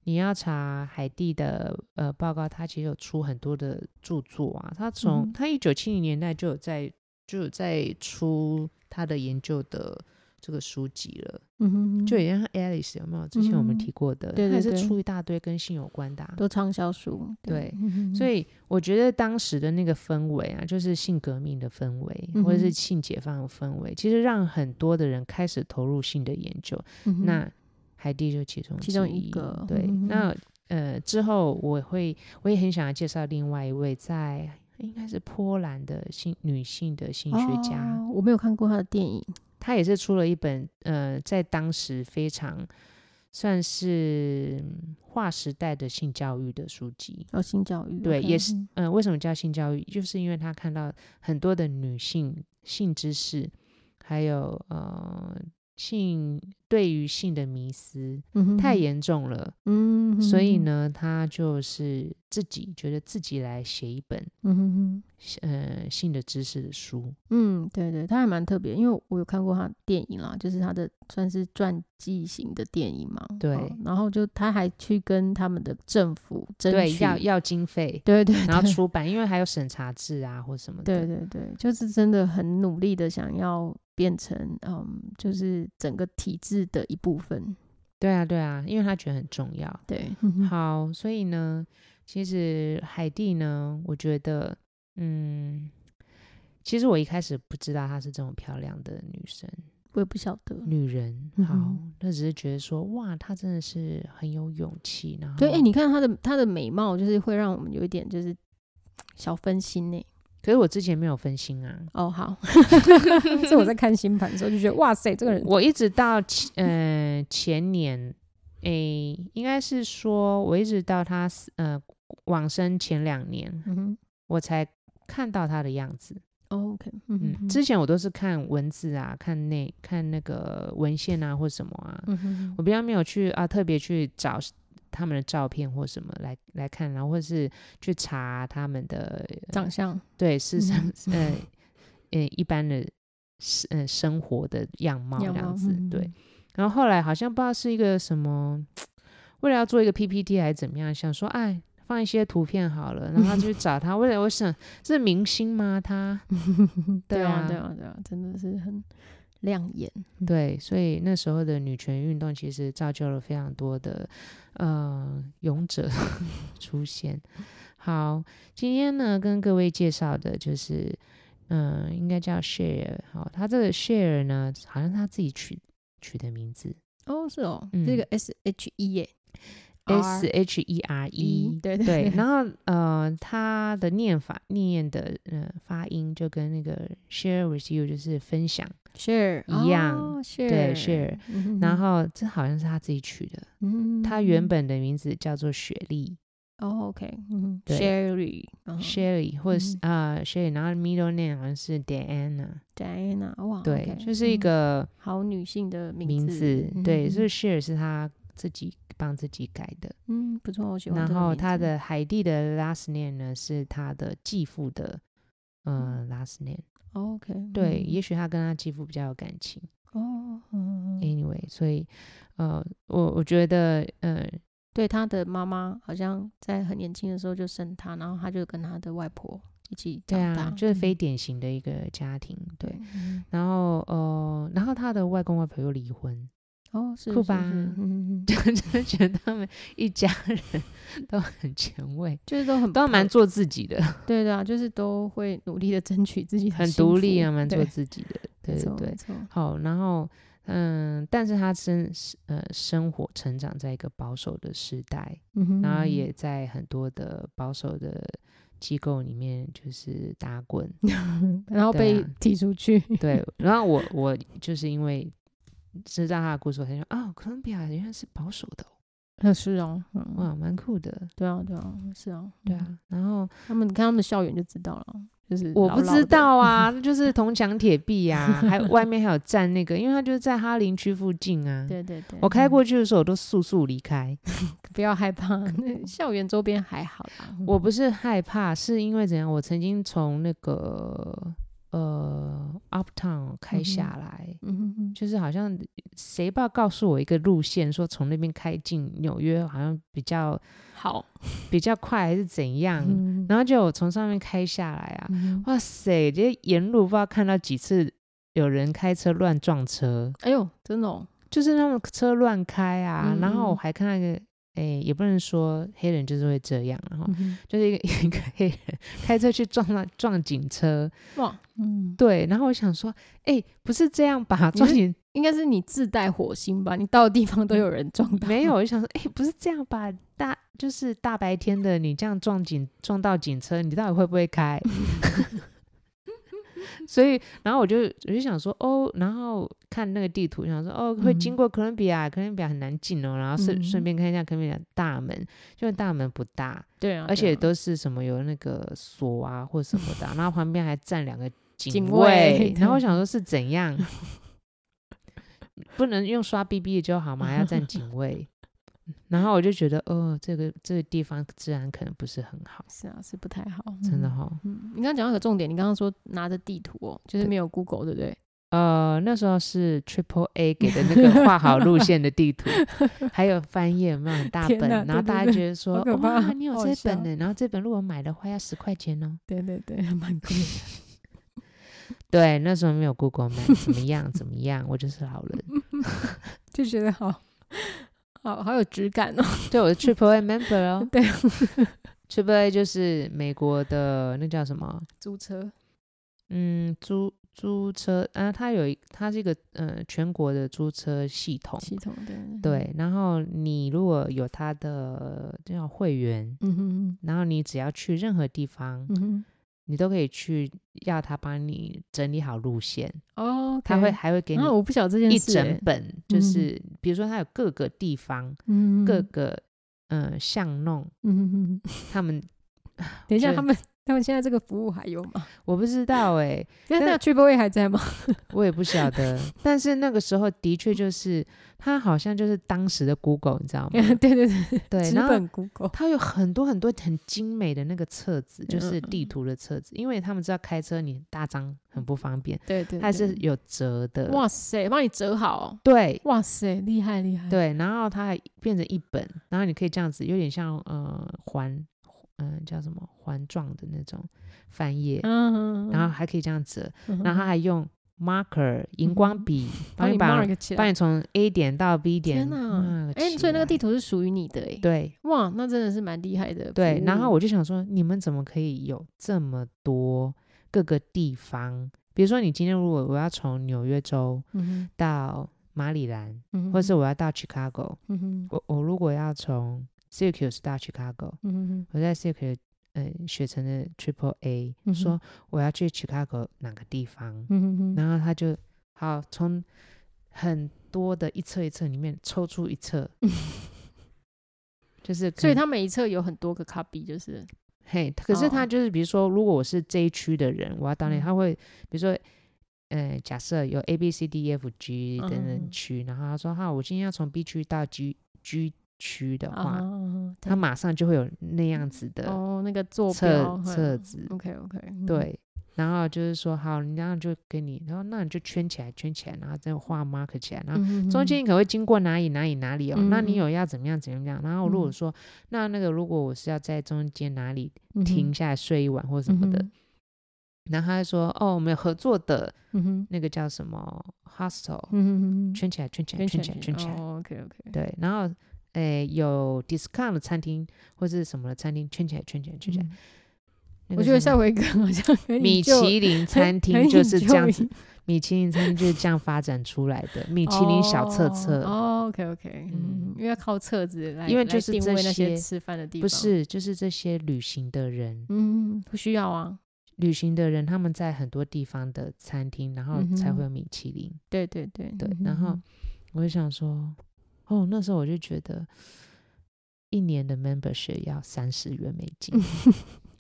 Speaker 1: 你要查海地的呃报告，他其实有出很多的著作啊。他从、
Speaker 2: 嗯
Speaker 1: 他一九七零年代就有在就有在出他的研究的这个书籍了，
Speaker 2: 嗯哼，
Speaker 1: 就有点像 Alice 有没有？之前我们
Speaker 2: 嗯
Speaker 1: 提过的，
Speaker 2: 对
Speaker 1: 他也
Speaker 2: 对
Speaker 1: 是
Speaker 2: 对
Speaker 1: 出一大堆跟性有关的啊、
Speaker 2: 都畅销书，
Speaker 1: 对
Speaker 2: 嗯
Speaker 1: 所以我觉得当时的那个氛围啊，就是性革命的氛围，或者
Speaker 2: 嗯
Speaker 1: 是
Speaker 2: 哼
Speaker 1: 性解放的氛围，其实让很多的人开始投入性的研究。
Speaker 2: 嗯哼
Speaker 1: 那海地就其中
Speaker 2: 其中
Speaker 1: 之
Speaker 2: 一个
Speaker 1: 对，
Speaker 2: 嗯
Speaker 1: 那呃之后我会我也很想要介绍另外一位在应该是波兰的性女性的性学家，
Speaker 2: 哦我没有看过他的电影，
Speaker 1: 她也是出了一本呃在当时非常算是嗯划时代的性教育的书籍。
Speaker 2: 哦，性教育，
Speaker 1: 对
Speaker 2: OK，
Speaker 1: 也是
Speaker 2: 嗯，
Speaker 1: 嗯、为什么叫性教育？就是因为她看到很多的女性性知识，还有呃性对于性的迷思，
Speaker 2: 嗯哼
Speaker 1: 太，严重了，
Speaker 2: 嗯哼，
Speaker 1: 所以呢，他就是自己觉得自己来写一本
Speaker 2: 嗯哼哼，
Speaker 1: 呃性的知识的书，
Speaker 2: 嗯，对对，他还蛮特别，因为我有看过他的电影啦，就是他的算是传记型的电影嘛，
Speaker 1: 对
Speaker 2: 哦然后就他还去跟他们的政府争
Speaker 1: 对，
Speaker 2: 取
Speaker 1: 要要 经费，
Speaker 2: 对对
Speaker 1: 然后
Speaker 2: 对。
Speaker 1: 出版，因为还有审查制啊或什么的，
Speaker 2: 对对对，就是真的很努力的想要变成，嗯，就是整个体制的一部分。
Speaker 1: 对啊对啊，因为他觉得很重要。
Speaker 2: 对，
Speaker 1: 好，所以呢，其实海蒂呢，我觉得，嗯，其实我一开始不知道她是这么漂亮的女生，
Speaker 2: 我也不晓得。
Speaker 1: 女人，
Speaker 2: 嗯
Speaker 1: 好
Speaker 2: 哼，
Speaker 1: 那只是觉得说，哇，她真的是很有勇气，然后
Speaker 2: 对，哎、你看她的她的美貌，就是会让我们有一点就是小分心呢、
Speaker 1: 可是我之前没有分心啊，
Speaker 2: 哦，好，这我在看星盘的时候就觉得，哇塞，这个人
Speaker 1: 我一直到前呃前年，诶、应该是说我一直到他死呃往生前两年，
Speaker 2: 嗯
Speaker 1: 我才看到他的样子。
Speaker 2: 哼，OK，
Speaker 1: 嗯，
Speaker 2: 嗯哼，
Speaker 1: 之前我都是看文字啊，看那看那个文献啊或什么啊，
Speaker 2: 嗯哼
Speaker 1: 我比较没有去啊特别去找他们的照片或什么来来看，然后或是去查他们的呃
Speaker 2: 长相，
Speaker 1: 对是什
Speaker 2: 嗯
Speaker 1: 呃呃一般的生呃生活的样貌这
Speaker 2: 样
Speaker 1: 样
Speaker 2: 貌
Speaker 1: 子
Speaker 2: 嗯
Speaker 1: 对。然后后来好像不知道是一个什么，为了要做一个 PPT 还是怎么样，想说哎放一些图片好了，然后就去找他。为了我想是明星 吗？他
Speaker 2: 对
Speaker 1: 啊
Speaker 2: 啊，对啊，对啊，真的是很亮眼，
Speaker 1: 对，所以那时候的女权运动其实造就了非常多的呃勇者 出现。好，今天呢跟各位介绍的就是，嗯、应该叫 share。好，他这个 share 呢，好像他自己取取的名字
Speaker 2: 哦，是哦，
Speaker 1: 嗯
Speaker 2: 这个 S H E 耶
Speaker 1: S H E R E，
Speaker 2: 对
Speaker 1: 对，
Speaker 2: 对，
Speaker 1: 然后呃，它的念法念的呃发音就跟那个 share with you 就是分享，
Speaker 2: share
Speaker 1: 一样
Speaker 2: 哦
Speaker 1: 对
Speaker 2: ，share
Speaker 1: share。
Speaker 2: 嗯哼
Speaker 1: 然后这好像是他自己取的，
Speaker 2: 嗯
Speaker 1: 他原本的名字叫做雪莉、
Speaker 2: 哦，OK，嗯
Speaker 1: 对
Speaker 2: ，Sherry，然后
Speaker 1: Sherry，或者是
Speaker 2: 嗯
Speaker 1: 啊、呃 Sherry，然后 middle name 好像是 Diana，
Speaker 2: Diana，哇，
Speaker 1: 对
Speaker 2: OK，
Speaker 1: 就是一
Speaker 2: 嗯
Speaker 1: 个
Speaker 2: 好女性的
Speaker 1: 名
Speaker 2: 字，
Speaker 1: 对，
Speaker 2: 嗯
Speaker 1: 所以 share 是他自己帮自己改的。
Speaker 2: 嗯，不错，我喜欢这
Speaker 1: 然
Speaker 2: 个名字。
Speaker 1: 后他的海蒂的 last name 呢是他的继父的呃 last name，
Speaker 2: 哦 OK，
Speaker 1: 对，
Speaker 2: 嗯
Speaker 1: 也许他跟他继父比较有感情。
Speaker 2: 哦，嗯，嗯
Speaker 1: Anyway，所以呃，我我觉得呃，
Speaker 2: 对，他的妈妈好像在很年轻的时候就生他，然后他就跟他的外婆一起
Speaker 1: 对
Speaker 2: 长大，
Speaker 1: 啊，就是
Speaker 2: 嗯
Speaker 1: 非典型的一个家庭，对。
Speaker 2: 对，嗯
Speaker 1: 然后呃，然后他的外公外婆又离婚，
Speaker 2: 哦，是
Speaker 1: 酷
Speaker 2: 是
Speaker 1: 吧
Speaker 2: 是嗯嗯嗯
Speaker 1: 就觉得他们一家人都很前卫，
Speaker 2: 就是都很
Speaker 1: 都蛮
Speaker 2: 不
Speaker 1: 做自己的，
Speaker 2: 对的啊，就是都会努力的争取自己的
Speaker 1: 很
Speaker 2: 幸
Speaker 1: 独立
Speaker 2: 福
Speaker 1: 啊，蛮做
Speaker 2: 对
Speaker 1: 自己的，对
Speaker 2: 没
Speaker 1: 对
Speaker 2: 错
Speaker 1: 对
Speaker 2: 没。错，
Speaker 1: 好，然后嗯，但是他生呃生活成长在一个保守的时代，
Speaker 2: 嗯哼
Speaker 1: 然后也在很多的保守的机构里面就是打滚，
Speaker 2: 然后
Speaker 1: 对
Speaker 2: 被
Speaker 1: 啊
Speaker 2: 踢出去，
Speaker 1: 对，然后我我就是因为知道他的故事，我才说啊，哥伦比亚原来是保守的哦、
Speaker 2: 那是哦，嗯，
Speaker 1: 哇，蛮酷的，
Speaker 2: 对啊对啊是啊，
Speaker 1: 对
Speaker 2: 嗯，
Speaker 1: 啊。然后
Speaker 2: 他们你看他们的校园就知道了，就是
Speaker 1: 我
Speaker 2: 老
Speaker 1: 不
Speaker 2: 老
Speaker 1: 知
Speaker 2: 的
Speaker 1: 道 啊，那就是铜墙铁壁呀、啊，还有外面还有站那个，因为他就是在哈林区附近啊。
Speaker 2: 对对对，
Speaker 1: 我
Speaker 2: 嗯
Speaker 1: 开过去的时候，我都速速离开。
Speaker 2: 不要害怕， 那嗯校园周边还好啦。
Speaker 1: 我不是害怕，是因为怎样？我曾经从那个呃 Uptown 开
Speaker 2: 嗯哼
Speaker 1: 下来，
Speaker 2: 嗯哼哼
Speaker 1: 就是好像谁不知道告诉我一个路线，说从那边开进纽约好像比较
Speaker 2: 好，
Speaker 1: 比较快还是怎样，
Speaker 2: 嗯
Speaker 1: 然后就我从上面开下来啊，
Speaker 2: 嗯哼
Speaker 1: 哇塞，这沿路不知道看到几次有人开车乱撞车，
Speaker 2: 哎呦，真的哦，
Speaker 1: 就是他们车乱开啊，
Speaker 2: 嗯
Speaker 1: 然后我
Speaker 2: 嗯
Speaker 1: 还看到一个。哎、也不能说黑人就是会这样，然后
Speaker 2: 嗯哼
Speaker 1: 就是一个一个黑人开车去撞到撞警车，
Speaker 2: 哇，嗯，
Speaker 1: 对，然后我想说，哎、不是这样吧？
Speaker 2: 你
Speaker 1: 撞
Speaker 2: 是
Speaker 1: 警
Speaker 2: 应该是你自带火星吧？你到的地方都有人撞到，
Speaker 1: 没有，我就想说，哎、不是这样吧？大就是大白天的，你这样撞警撞到警车，你到底会不会开？ 所以，然后我就我就想说，哦，然后看那个地图，想说，哦，会经
Speaker 2: 嗯
Speaker 1: 过哥伦比亚，哥伦比亚很难进哦，然后顺、顺
Speaker 2: 嗯
Speaker 1: 便看一下哥伦比亚大门，就大门不大，
Speaker 2: 对啊，
Speaker 1: 而
Speaker 2: 对
Speaker 1: 且
Speaker 2: 啊
Speaker 1: 都是什么有那个锁啊或什么的啊，然后旁边还站两个
Speaker 2: 警
Speaker 1: 卫
Speaker 2: 卫，
Speaker 1: 然后我
Speaker 2: 对
Speaker 1: 想说是怎样，不能用刷 BB 的就好嘛，还要站警卫，然后我就觉得哦，这个这个地方治安可能不是很好，
Speaker 2: 是啊，是不太好，
Speaker 1: 真的
Speaker 2: 嗯。
Speaker 1: 哈、
Speaker 2: 嗯，你刚刚讲到个重点，你刚刚说拿着地图哦，就是
Speaker 1: 对
Speaker 2: 没有 Google，对不对？
Speaker 1: 呃，那时候是 Triple A 给的那个画好路线的地图，还有翻页有没有很大
Speaker 2: 天
Speaker 1: 本，
Speaker 2: 哪
Speaker 1: 然
Speaker 2: 对
Speaker 1: 后
Speaker 2: 对
Speaker 1: 大家
Speaker 2: 对
Speaker 1: 觉得说
Speaker 2: 好可怕
Speaker 1: 哇，你有
Speaker 2: 好
Speaker 1: 这
Speaker 2: 笑
Speaker 1: 本呢，然后这本如果买的话要十块钱哦。
Speaker 2: 对对对，蛮贵的。
Speaker 1: 对，那时候没有 Google 买，怎么样怎么样，我就是好 人。
Speaker 2: 就觉得好好好有质感哦。
Speaker 1: 对，我是 Triple A member 哦。
Speaker 2: 对啊
Speaker 1: ，Triple A 就是美国的那叫什么？
Speaker 2: 租车，
Speaker 1: 嗯，租租车啊，它有一，它是一个呃全国的租车系统。
Speaker 2: 系统对，
Speaker 1: 对，然后你如果有它的叫会员，
Speaker 2: 嗯哼
Speaker 1: 然后你只要去任何地方，
Speaker 2: 嗯哼
Speaker 1: 你都可以去要他帮你整理好路线，
Speaker 2: 哦，
Speaker 1: 他会还会给你
Speaker 2: 啊，我不晓得这件
Speaker 1: 一
Speaker 2: 事、
Speaker 1: 整
Speaker 2: 欸，
Speaker 1: 本，就
Speaker 2: 嗯
Speaker 1: 是比如说他有各个地方、
Speaker 2: 嗯，
Speaker 1: 各个嗯、呃巷弄，
Speaker 2: 嗯， 嗯嗯
Speaker 1: 他们
Speaker 2: 等一下，
Speaker 1: 对
Speaker 2: 他们他们现在这个服务还有吗？
Speaker 1: 我不知道哎、
Speaker 2: 那
Speaker 1: 但
Speaker 2: 那 Triple A 还在吗？
Speaker 1: 我也不晓得，但是那个时候的确就是他好像就是当时的 Google，你 知道吗
Speaker 2: 对？对对，
Speaker 1: 对，
Speaker 2: 纸
Speaker 1: 然后
Speaker 2: 本 Google，
Speaker 1: 它有很多很多很精美的那个册子，就是
Speaker 2: 嗯
Speaker 1: 地图的册子，因为他们知道开车你大张很不方便，
Speaker 2: 对对，
Speaker 1: 它是
Speaker 2: 对
Speaker 1: 有折的，
Speaker 2: 哇塞，帮你折好哦，
Speaker 1: 对
Speaker 2: 哇塞，厉害厉害，，
Speaker 1: 对，然后它还变成一本，然后你可以这样子，有点像呃环嗯、叫什么环状的那种翻页，
Speaker 2: 嗯，
Speaker 1: 然后还可以这样折，
Speaker 2: 嗯
Speaker 1: 然后它还用 marker 荧光笔帮
Speaker 2: 帮
Speaker 1: 你
Speaker 2: 你
Speaker 1: 把
Speaker 2: mark 起
Speaker 1: 帮
Speaker 2: 来，
Speaker 1: 你从 A 点到 B 点，
Speaker 2: 天哪，哎，所以那个地图是属于你的哎，
Speaker 1: 对
Speaker 2: 哇，那真的是蛮厉害的服务，
Speaker 1: 对，然后我就想说，你们怎么可以有这么多各个地方？比如说，你今天如果我要从纽约州
Speaker 2: 嗯
Speaker 1: 到马里兰，
Speaker 2: 哼，嗯哼，
Speaker 1: 或是我要到 Chicago，
Speaker 2: 嗯哼，
Speaker 1: 我我如果要从 Syracuse 到 Chicago，
Speaker 2: 嗯哼嗯
Speaker 1: 我在 Syracuse 嗯雪城的 Triple A
Speaker 2: 嗯哼
Speaker 1: 说我要去 Chicago 哪个地方，
Speaker 2: 哼，嗯哼，
Speaker 1: 然后他就好从很多的一册一册里面抽出 一册，就是可
Speaker 2: 所以
Speaker 1: 能
Speaker 2: 他每一册有很多个 copy，就是
Speaker 1: 嘿，可是他
Speaker 2: 哦
Speaker 1: 就是比如说，如果我是这一区的人，我要当年
Speaker 2: 嗯
Speaker 1: 他会比如说。呃，假设有 A B C D E F G 等
Speaker 2: 嗯
Speaker 1: 等区，然后他说哈，我今天要从 B 区到 G G 区的话，
Speaker 2: 啊，嗯
Speaker 1: 他马上就会有那样子
Speaker 2: 对
Speaker 1: 的
Speaker 2: 哦那个坐
Speaker 1: 册
Speaker 2: 标嗯
Speaker 1: 册子，
Speaker 2: ，OK OK，，
Speaker 1: 对，然后就是说好，你然后就给你，然后那你就圈起来，圈起来，然后再画 mark 起来，然后
Speaker 2: 嗯
Speaker 1: 中间你可能会经过哪里哪里哪里哦，那
Speaker 2: 嗯
Speaker 1: 你
Speaker 2: 嗯
Speaker 1: 有要怎么样怎么样？然后如果
Speaker 2: 嗯
Speaker 1: 说那那个如果我是要在中间哪里
Speaker 2: 嗯
Speaker 1: 停下来睡一晚或什么的，，然后他就说哦，我们有合作的
Speaker 2: 嗯哼
Speaker 1: 那个叫什么 hostel，、
Speaker 2: 嗯哼嗯哼，
Speaker 1: 圈起来圈起来圈起来圈起来，
Speaker 2: ，OK OK，
Speaker 1: 对，然后诶有 discount 的餐厅或是什么的餐厅圈起来圈起来圈起来，
Speaker 2: 嗯
Speaker 1: 那
Speaker 2: 我
Speaker 1: 个
Speaker 2: 觉得
Speaker 1: 什
Speaker 2: 下
Speaker 1: 么
Speaker 2: 回可能好像可以
Speaker 1: 米
Speaker 2: 就
Speaker 1: 其林
Speaker 2: 很
Speaker 1: 餐厅
Speaker 2: 很
Speaker 1: 就是这样
Speaker 2: enjoy
Speaker 1: 子， 米其林餐厅就是这样发展出来的，米其林小册册。
Speaker 2: 哦，OK OK，嗯
Speaker 1: 嗯，
Speaker 2: 因为要靠册子来，
Speaker 1: 因为
Speaker 2: 来
Speaker 1: 就是
Speaker 2: 定
Speaker 1: 这
Speaker 2: 位那些
Speaker 1: 些
Speaker 2: 吃饭的地方，
Speaker 1: 不，是，就是这些旅行的人，
Speaker 2: 嗯，不需要啊，
Speaker 1: 旅行的人他们在很多地方的餐厅，然后才
Speaker 2: 嗯哼
Speaker 1: 会有米其林。
Speaker 2: 对对对嗯
Speaker 1: 对，然后我就想说，哦，那时候我就觉得一年的 membership 要三十元美 金，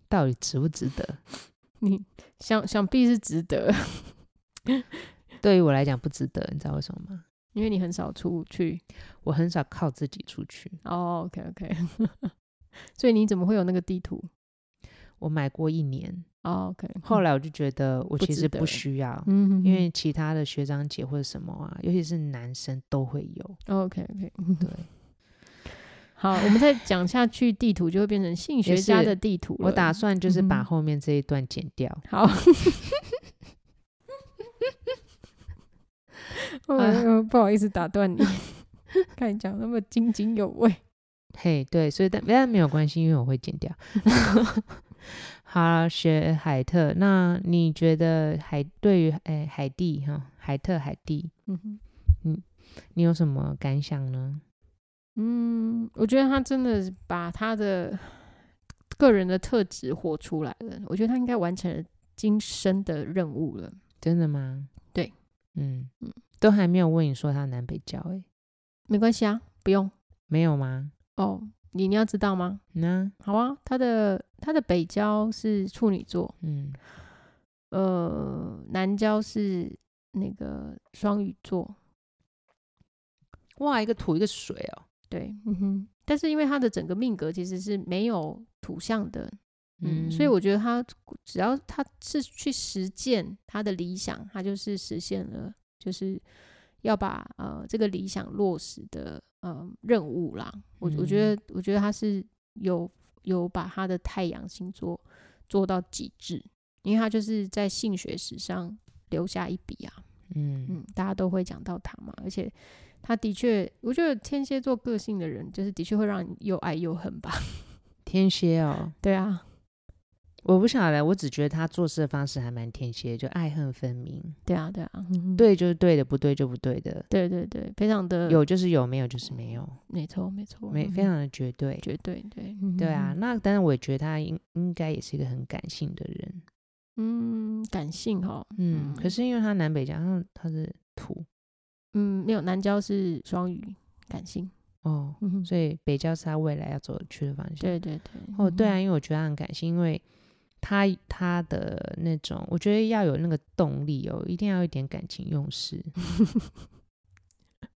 Speaker 1: 到底值不值得？
Speaker 2: 想想必是值得，
Speaker 1: 对于我来讲不值得，你知道为什么吗？
Speaker 2: 因为你很少出去，
Speaker 1: 我很少靠自己出去，
Speaker 2: 哦，OK OK，所以你怎么会有那个地图？
Speaker 1: 我买过一年，
Speaker 2: 哦，OK，
Speaker 1: 后来我就觉得我
Speaker 2: 不
Speaker 1: 其
Speaker 2: 值
Speaker 1: 实
Speaker 2: 得
Speaker 1: 不需要。
Speaker 2: 嗯，嗯，
Speaker 1: 因为其他的学长姐或者什么啊，尤其是男生都会有，
Speaker 2: OK OK，
Speaker 1: 对，
Speaker 2: 哦 好，啊我们再讲下去，地图就会变成性学
Speaker 1: 也
Speaker 2: 家
Speaker 1: 是
Speaker 2: 的地图
Speaker 1: 我
Speaker 2: 了
Speaker 1: 打算就是
Speaker 2: 嗯
Speaker 1: 把
Speaker 2: 哼
Speaker 1: 后面这一段剪掉。
Speaker 2: 好。 我、
Speaker 1: 哎
Speaker 2: 我不好意思打断你，看你讲那么津津有味。
Speaker 1: 嘿，对，所以但但没有关系，因为我会剪掉。 好，学海特，那你觉得海对于哎海蒂哈海特海蒂，
Speaker 2: 嗯哼
Speaker 1: 你有什么感想呢？
Speaker 2: 嗯，我觉得他真的是把他的个人的特质活出来了。我觉得他应该完成了今生的任务了。
Speaker 1: 真的吗？
Speaker 2: 对，
Speaker 1: 嗯
Speaker 2: 嗯
Speaker 1: 都还没有问你说他南北交哎、
Speaker 2: 没关系啊，不用
Speaker 1: 没有吗？
Speaker 2: 哦。你你要知道吗？
Speaker 1: 那
Speaker 2: 好啊，他的他的北郊是处女座，
Speaker 1: 嗯
Speaker 2: 呃，南郊是那个双鱼座，
Speaker 1: 哇，一个土一个水哦，
Speaker 2: 对，嗯哼。但是因为他的整个命格其实是没有土象的，嗯，所以我觉得他只要他是去实践他的理想，他就是实现了，就是要把呃这个理想落实的呃任务啦。我我觉
Speaker 1: 嗯
Speaker 2: 得，我觉得他是有有把他的太阳星座做到极致，因为他就是在性学史上留下一笔啊。
Speaker 1: 嗯
Speaker 2: 嗯，大家都会讲到他嘛，而且他的确，我觉得天蝎座个性的人，就是的确会让你又爱又恨吧。
Speaker 1: 天蝎哦，
Speaker 2: 对啊，
Speaker 1: 我不晓得，我只觉得他做事的方式还蛮天蝎，就爱恨分明，
Speaker 2: 对啊，对啊，嗯
Speaker 1: 对就是对的，不对就不对的，
Speaker 2: 对对对，非常的
Speaker 1: 有就是有，没有就是没有，
Speaker 2: 没错没错，
Speaker 1: 没
Speaker 2: 嗯
Speaker 1: 非常的绝对。
Speaker 2: 绝对对，
Speaker 1: 对啊，
Speaker 2: 嗯，
Speaker 1: 那当然，我也觉得他应应该也是一个很感性的人。
Speaker 2: 嗯，感性哈、
Speaker 1: 嗯，可
Speaker 2: 嗯
Speaker 1: 是因为它南北交，它它是土
Speaker 2: 嗯，没有南郊是双鱼，感性，
Speaker 1: 哦，
Speaker 2: 嗯哼，
Speaker 1: 所以北交是它未来要走去的方向。
Speaker 2: 对对对，
Speaker 1: 哦，对
Speaker 2: 嗯
Speaker 1: 啊，
Speaker 2: 哼，
Speaker 1: 因为我觉得他很感性，因为他他的那种，我觉得要有那个动力哦，一定要有一点感情 用事。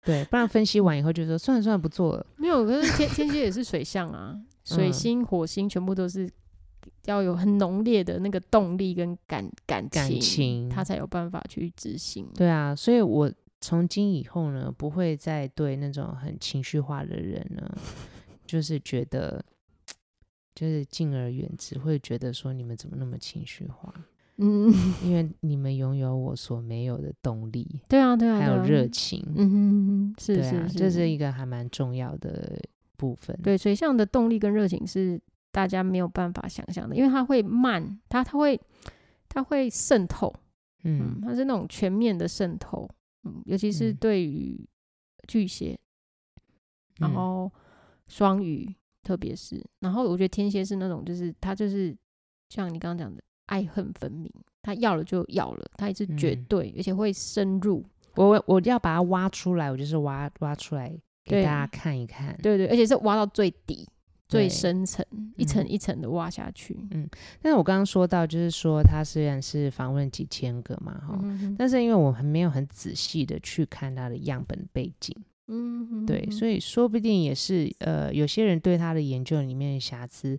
Speaker 1: 对，不然分析完以后就说算了算了，不做了。
Speaker 2: 没有，可是天天蝎也是水象 啊，水
Speaker 1: 嗯
Speaker 2: 星、火星全部都是要有很浓烈的那个动力跟感感情，
Speaker 1: 感情
Speaker 2: 他才有办法去执行。
Speaker 1: 对啊，所以我从今以后呢，不会再对那种很情绪化的人呢，就是觉得就是敬而远之，会觉得说你们怎么那么情绪化？
Speaker 2: 嗯，
Speaker 1: 因为你们拥有我所没有的动力，
Speaker 2: 对啊，对啊，
Speaker 1: 还
Speaker 2: 对
Speaker 1: 有
Speaker 2: 啊
Speaker 1: 热，情。
Speaker 2: 嗯哼，是
Speaker 1: 对
Speaker 2: 是
Speaker 1: 啊，
Speaker 2: 是，
Speaker 1: 这是一个还蛮重要的部分。
Speaker 2: 对，水象的动力跟热情是大家没有办法想象的，因为它会慢，它它会它会渗透，嗯
Speaker 1: 嗯，，
Speaker 2: 它是那种全面的渗透，嗯，尤其是
Speaker 1: 嗯
Speaker 2: 对于巨蟹，然
Speaker 1: 嗯
Speaker 2: 后双鱼，特别是，然后我觉得天蝎是那种，就是他就是像你刚刚讲的，爱恨分明，他要了就要了，他也是绝
Speaker 1: 嗯
Speaker 2: 对，而且会深入，
Speaker 1: 我我要把它挖出来，我就是挖挖出来给
Speaker 2: 对
Speaker 1: 大家看一看。
Speaker 2: 对对，而且是挖到最底、最
Speaker 1: 嗯对
Speaker 2: 深层，一层
Speaker 1: 嗯
Speaker 2: 一层的挖下去。
Speaker 1: 但是我刚刚说到，就是说他虽然是访问几千个嘛，哈、
Speaker 2: 嗯哼
Speaker 1: 但是因为我们没有很仔细的去看他的样本背景，
Speaker 2: 嗯哼
Speaker 1: 对，所
Speaker 2: 以
Speaker 1: 以说不定也是呃，有些人对他的研究里面的瑕疵，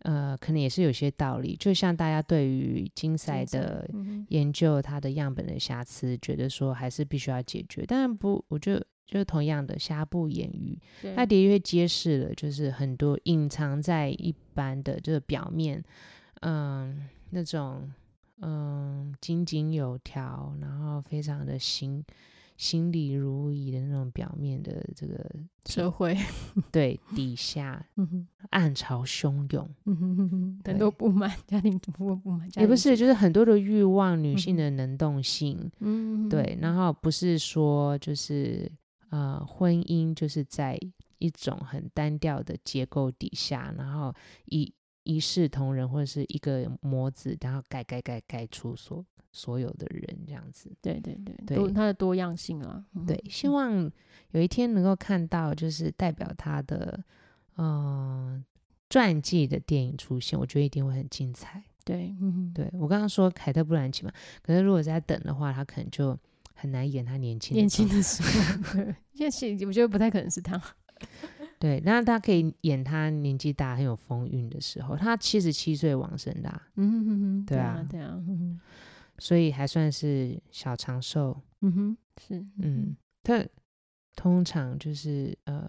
Speaker 1: 呃，可能也是有些道理。就像大家对于金赛的
Speaker 2: 嗯
Speaker 1: 研究它的样本的瑕疵，觉得说还是必须要解决。但不，我就就是同样的瑕不掩瑜，
Speaker 2: 嗯
Speaker 1: 它的确揭示了就是很多隐藏在一般的就是表面，嗯，那种嗯井井有条，然后非常的心心里如意的那种表面的这个
Speaker 2: 社会，
Speaker 1: 对底下
Speaker 2: 嗯哼
Speaker 1: 暗潮汹涌。
Speaker 2: 嗯哼哼哼人
Speaker 1: 对
Speaker 2: 都不满，家庭主妇不满，家
Speaker 1: 也不
Speaker 2: 庭主
Speaker 1: 是，就是很多的欲望，
Speaker 2: 嗯
Speaker 1: 女性
Speaker 2: 哼
Speaker 1: 的能动性，
Speaker 2: 嗯，
Speaker 1: 对，然后不是说就是呃，婚姻就是在一种很单调的结构底下，然后一一视同仁或者是一个模子，然后改改改改出所所有的人这样子。
Speaker 2: 对对对，
Speaker 1: 对
Speaker 2: 多它的多样性啊，嗯
Speaker 1: 对，希望有一天能够看到就是代表他的嗯传记的电影出现，我觉得一定会很精彩。
Speaker 2: 对，嗯，
Speaker 1: 对我刚刚说凯特·布兰奇嘛，可是如果在等的话，他可能就很难演他年轻的
Speaker 2: 年
Speaker 1: 状
Speaker 2: 轻的时候，对现在是我觉得不太可能是他，
Speaker 1: 对，那他可以演他年纪大很有风韵的时候，他七十七岁往生的啊、
Speaker 2: 嗯哼哼哼，
Speaker 1: 对
Speaker 2: 对啊
Speaker 1: 啊
Speaker 2: 对啊，嗯
Speaker 1: 所以还算是小长寿。
Speaker 2: 哼嗯哼，是，
Speaker 1: 嗯，他通常就是呃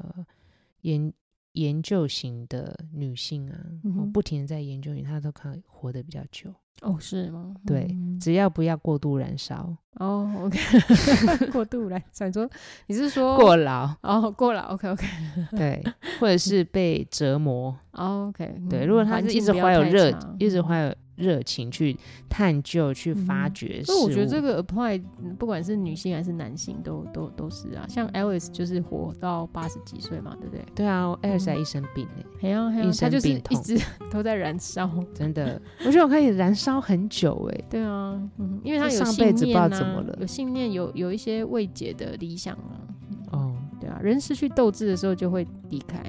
Speaker 1: 研研究型的女性啊，
Speaker 2: 嗯
Speaker 1: 我
Speaker 2: 哼
Speaker 1: 不停的在研究你，她都可以活得比较久。
Speaker 2: 哦是吗？
Speaker 1: 对
Speaker 2: 嗯
Speaker 1: 只要不要过度燃烧、
Speaker 2: 哦，OK，过 度来，想说你是说
Speaker 1: 过 劳，
Speaker 2: 哦过了，OK OK
Speaker 1: 对，或者是被折磨。
Speaker 2: 哦 OK，嗯
Speaker 1: 对，如果她是一直怀有热，一直怀有热情去探究、去
Speaker 2: 嗯
Speaker 1: 发
Speaker 2: 哼
Speaker 1: 掘事
Speaker 2: 所以
Speaker 1: 物。
Speaker 2: 我觉得这个 apply 嗯不管是女性还是男性都都都是啊，像 Alice 就是活到八十几岁嘛，对不对？
Speaker 1: 对啊，艾尔莎一生病哎、
Speaker 2: 嘿呀嘿呀啊
Speaker 1: 一，
Speaker 2: 他
Speaker 1: 生
Speaker 2: 就是
Speaker 1: 病
Speaker 2: 一
Speaker 1: 痛
Speaker 2: 直 都在燃烧。
Speaker 1: 真的， 我觉得我可以燃烧很久哎、
Speaker 2: 对啊，嗯，因为他
Speaker 1: 这
Speaker 2: 有
Speaker 1: 上
Speaker 2: 信
Speaker 1: 辈子不知
Speaker 2: 念
Speaker 1: 道怎
Speaker 2: 啊
Speaker 1: 么了
Speaker 2: 有信念，有有一些未解的理想啊。
Speaker 1: 哦，
Speaker 2: 对啊，人失去斗志的时候就会离开。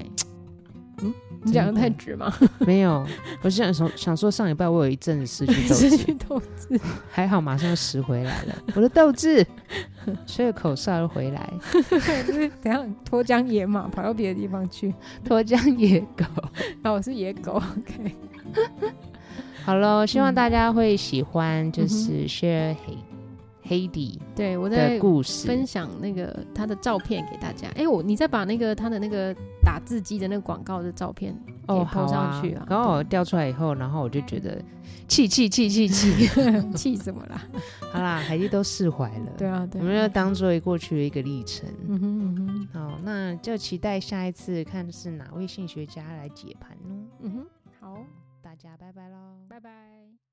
Speaker 2: 嗯，你讲的太
Speaker 1: 真的
Speaker 2: 直吗？
Speaker 1: 没有，我是想说想说上礼拜我有一阵子 失 去斗
Speaker 2: 失去
Speaker 1: 志，
Speaker 2: 斗志，
Speaker 1: 还好马上又拾回来了，我的斗 志，吹了口哨又回来，
Speaker 2: 就是等一下脱缰野马跑到别的地方去。
Speaker 1: 脱缰野狗。
Speaker 2: 啊，我是野狗，OK。
Speaker 1: 好喽，希望
Speaker 2: 嗯
Speaker 1: 大家会喜欢，就
Speaker 2: 嗯哼
Speaker 1: 是 share 黑黑底
Speaker 2: 对我在
Speaker 1: 的故事，
Speaker 2: 分享那个他的照片给大家。哎、我你再把那个他的那个打字机的那个广告的照片，
Speaker 1: 哦，
Speaker 2: 也 po
Speaker 1: 好
Speaker 2: 上
Speaker 1: 啊
Speaker 2: 去啊，
Speaker 1: 刚好我调出来以后，然后我就觉得气气气气气，
Speaker 2: 气什么啦？
Speaker 1: 好啦，海蒂都释怀了，
Speaker 2: 对啊，对
Speaker 1: 我
Speaker 2: 啊，
Speaker 1: 们就当做过去的一个历程。
Speaker 2: 嗯哼嗯哼
Speaker 1: 好，那就期待下一次看是哪位性学家来解盘喽。
Speaker 2: 嗯哼，好，
Speaker 1: 大家拜拜喽，
Speaker 2: 拜拜。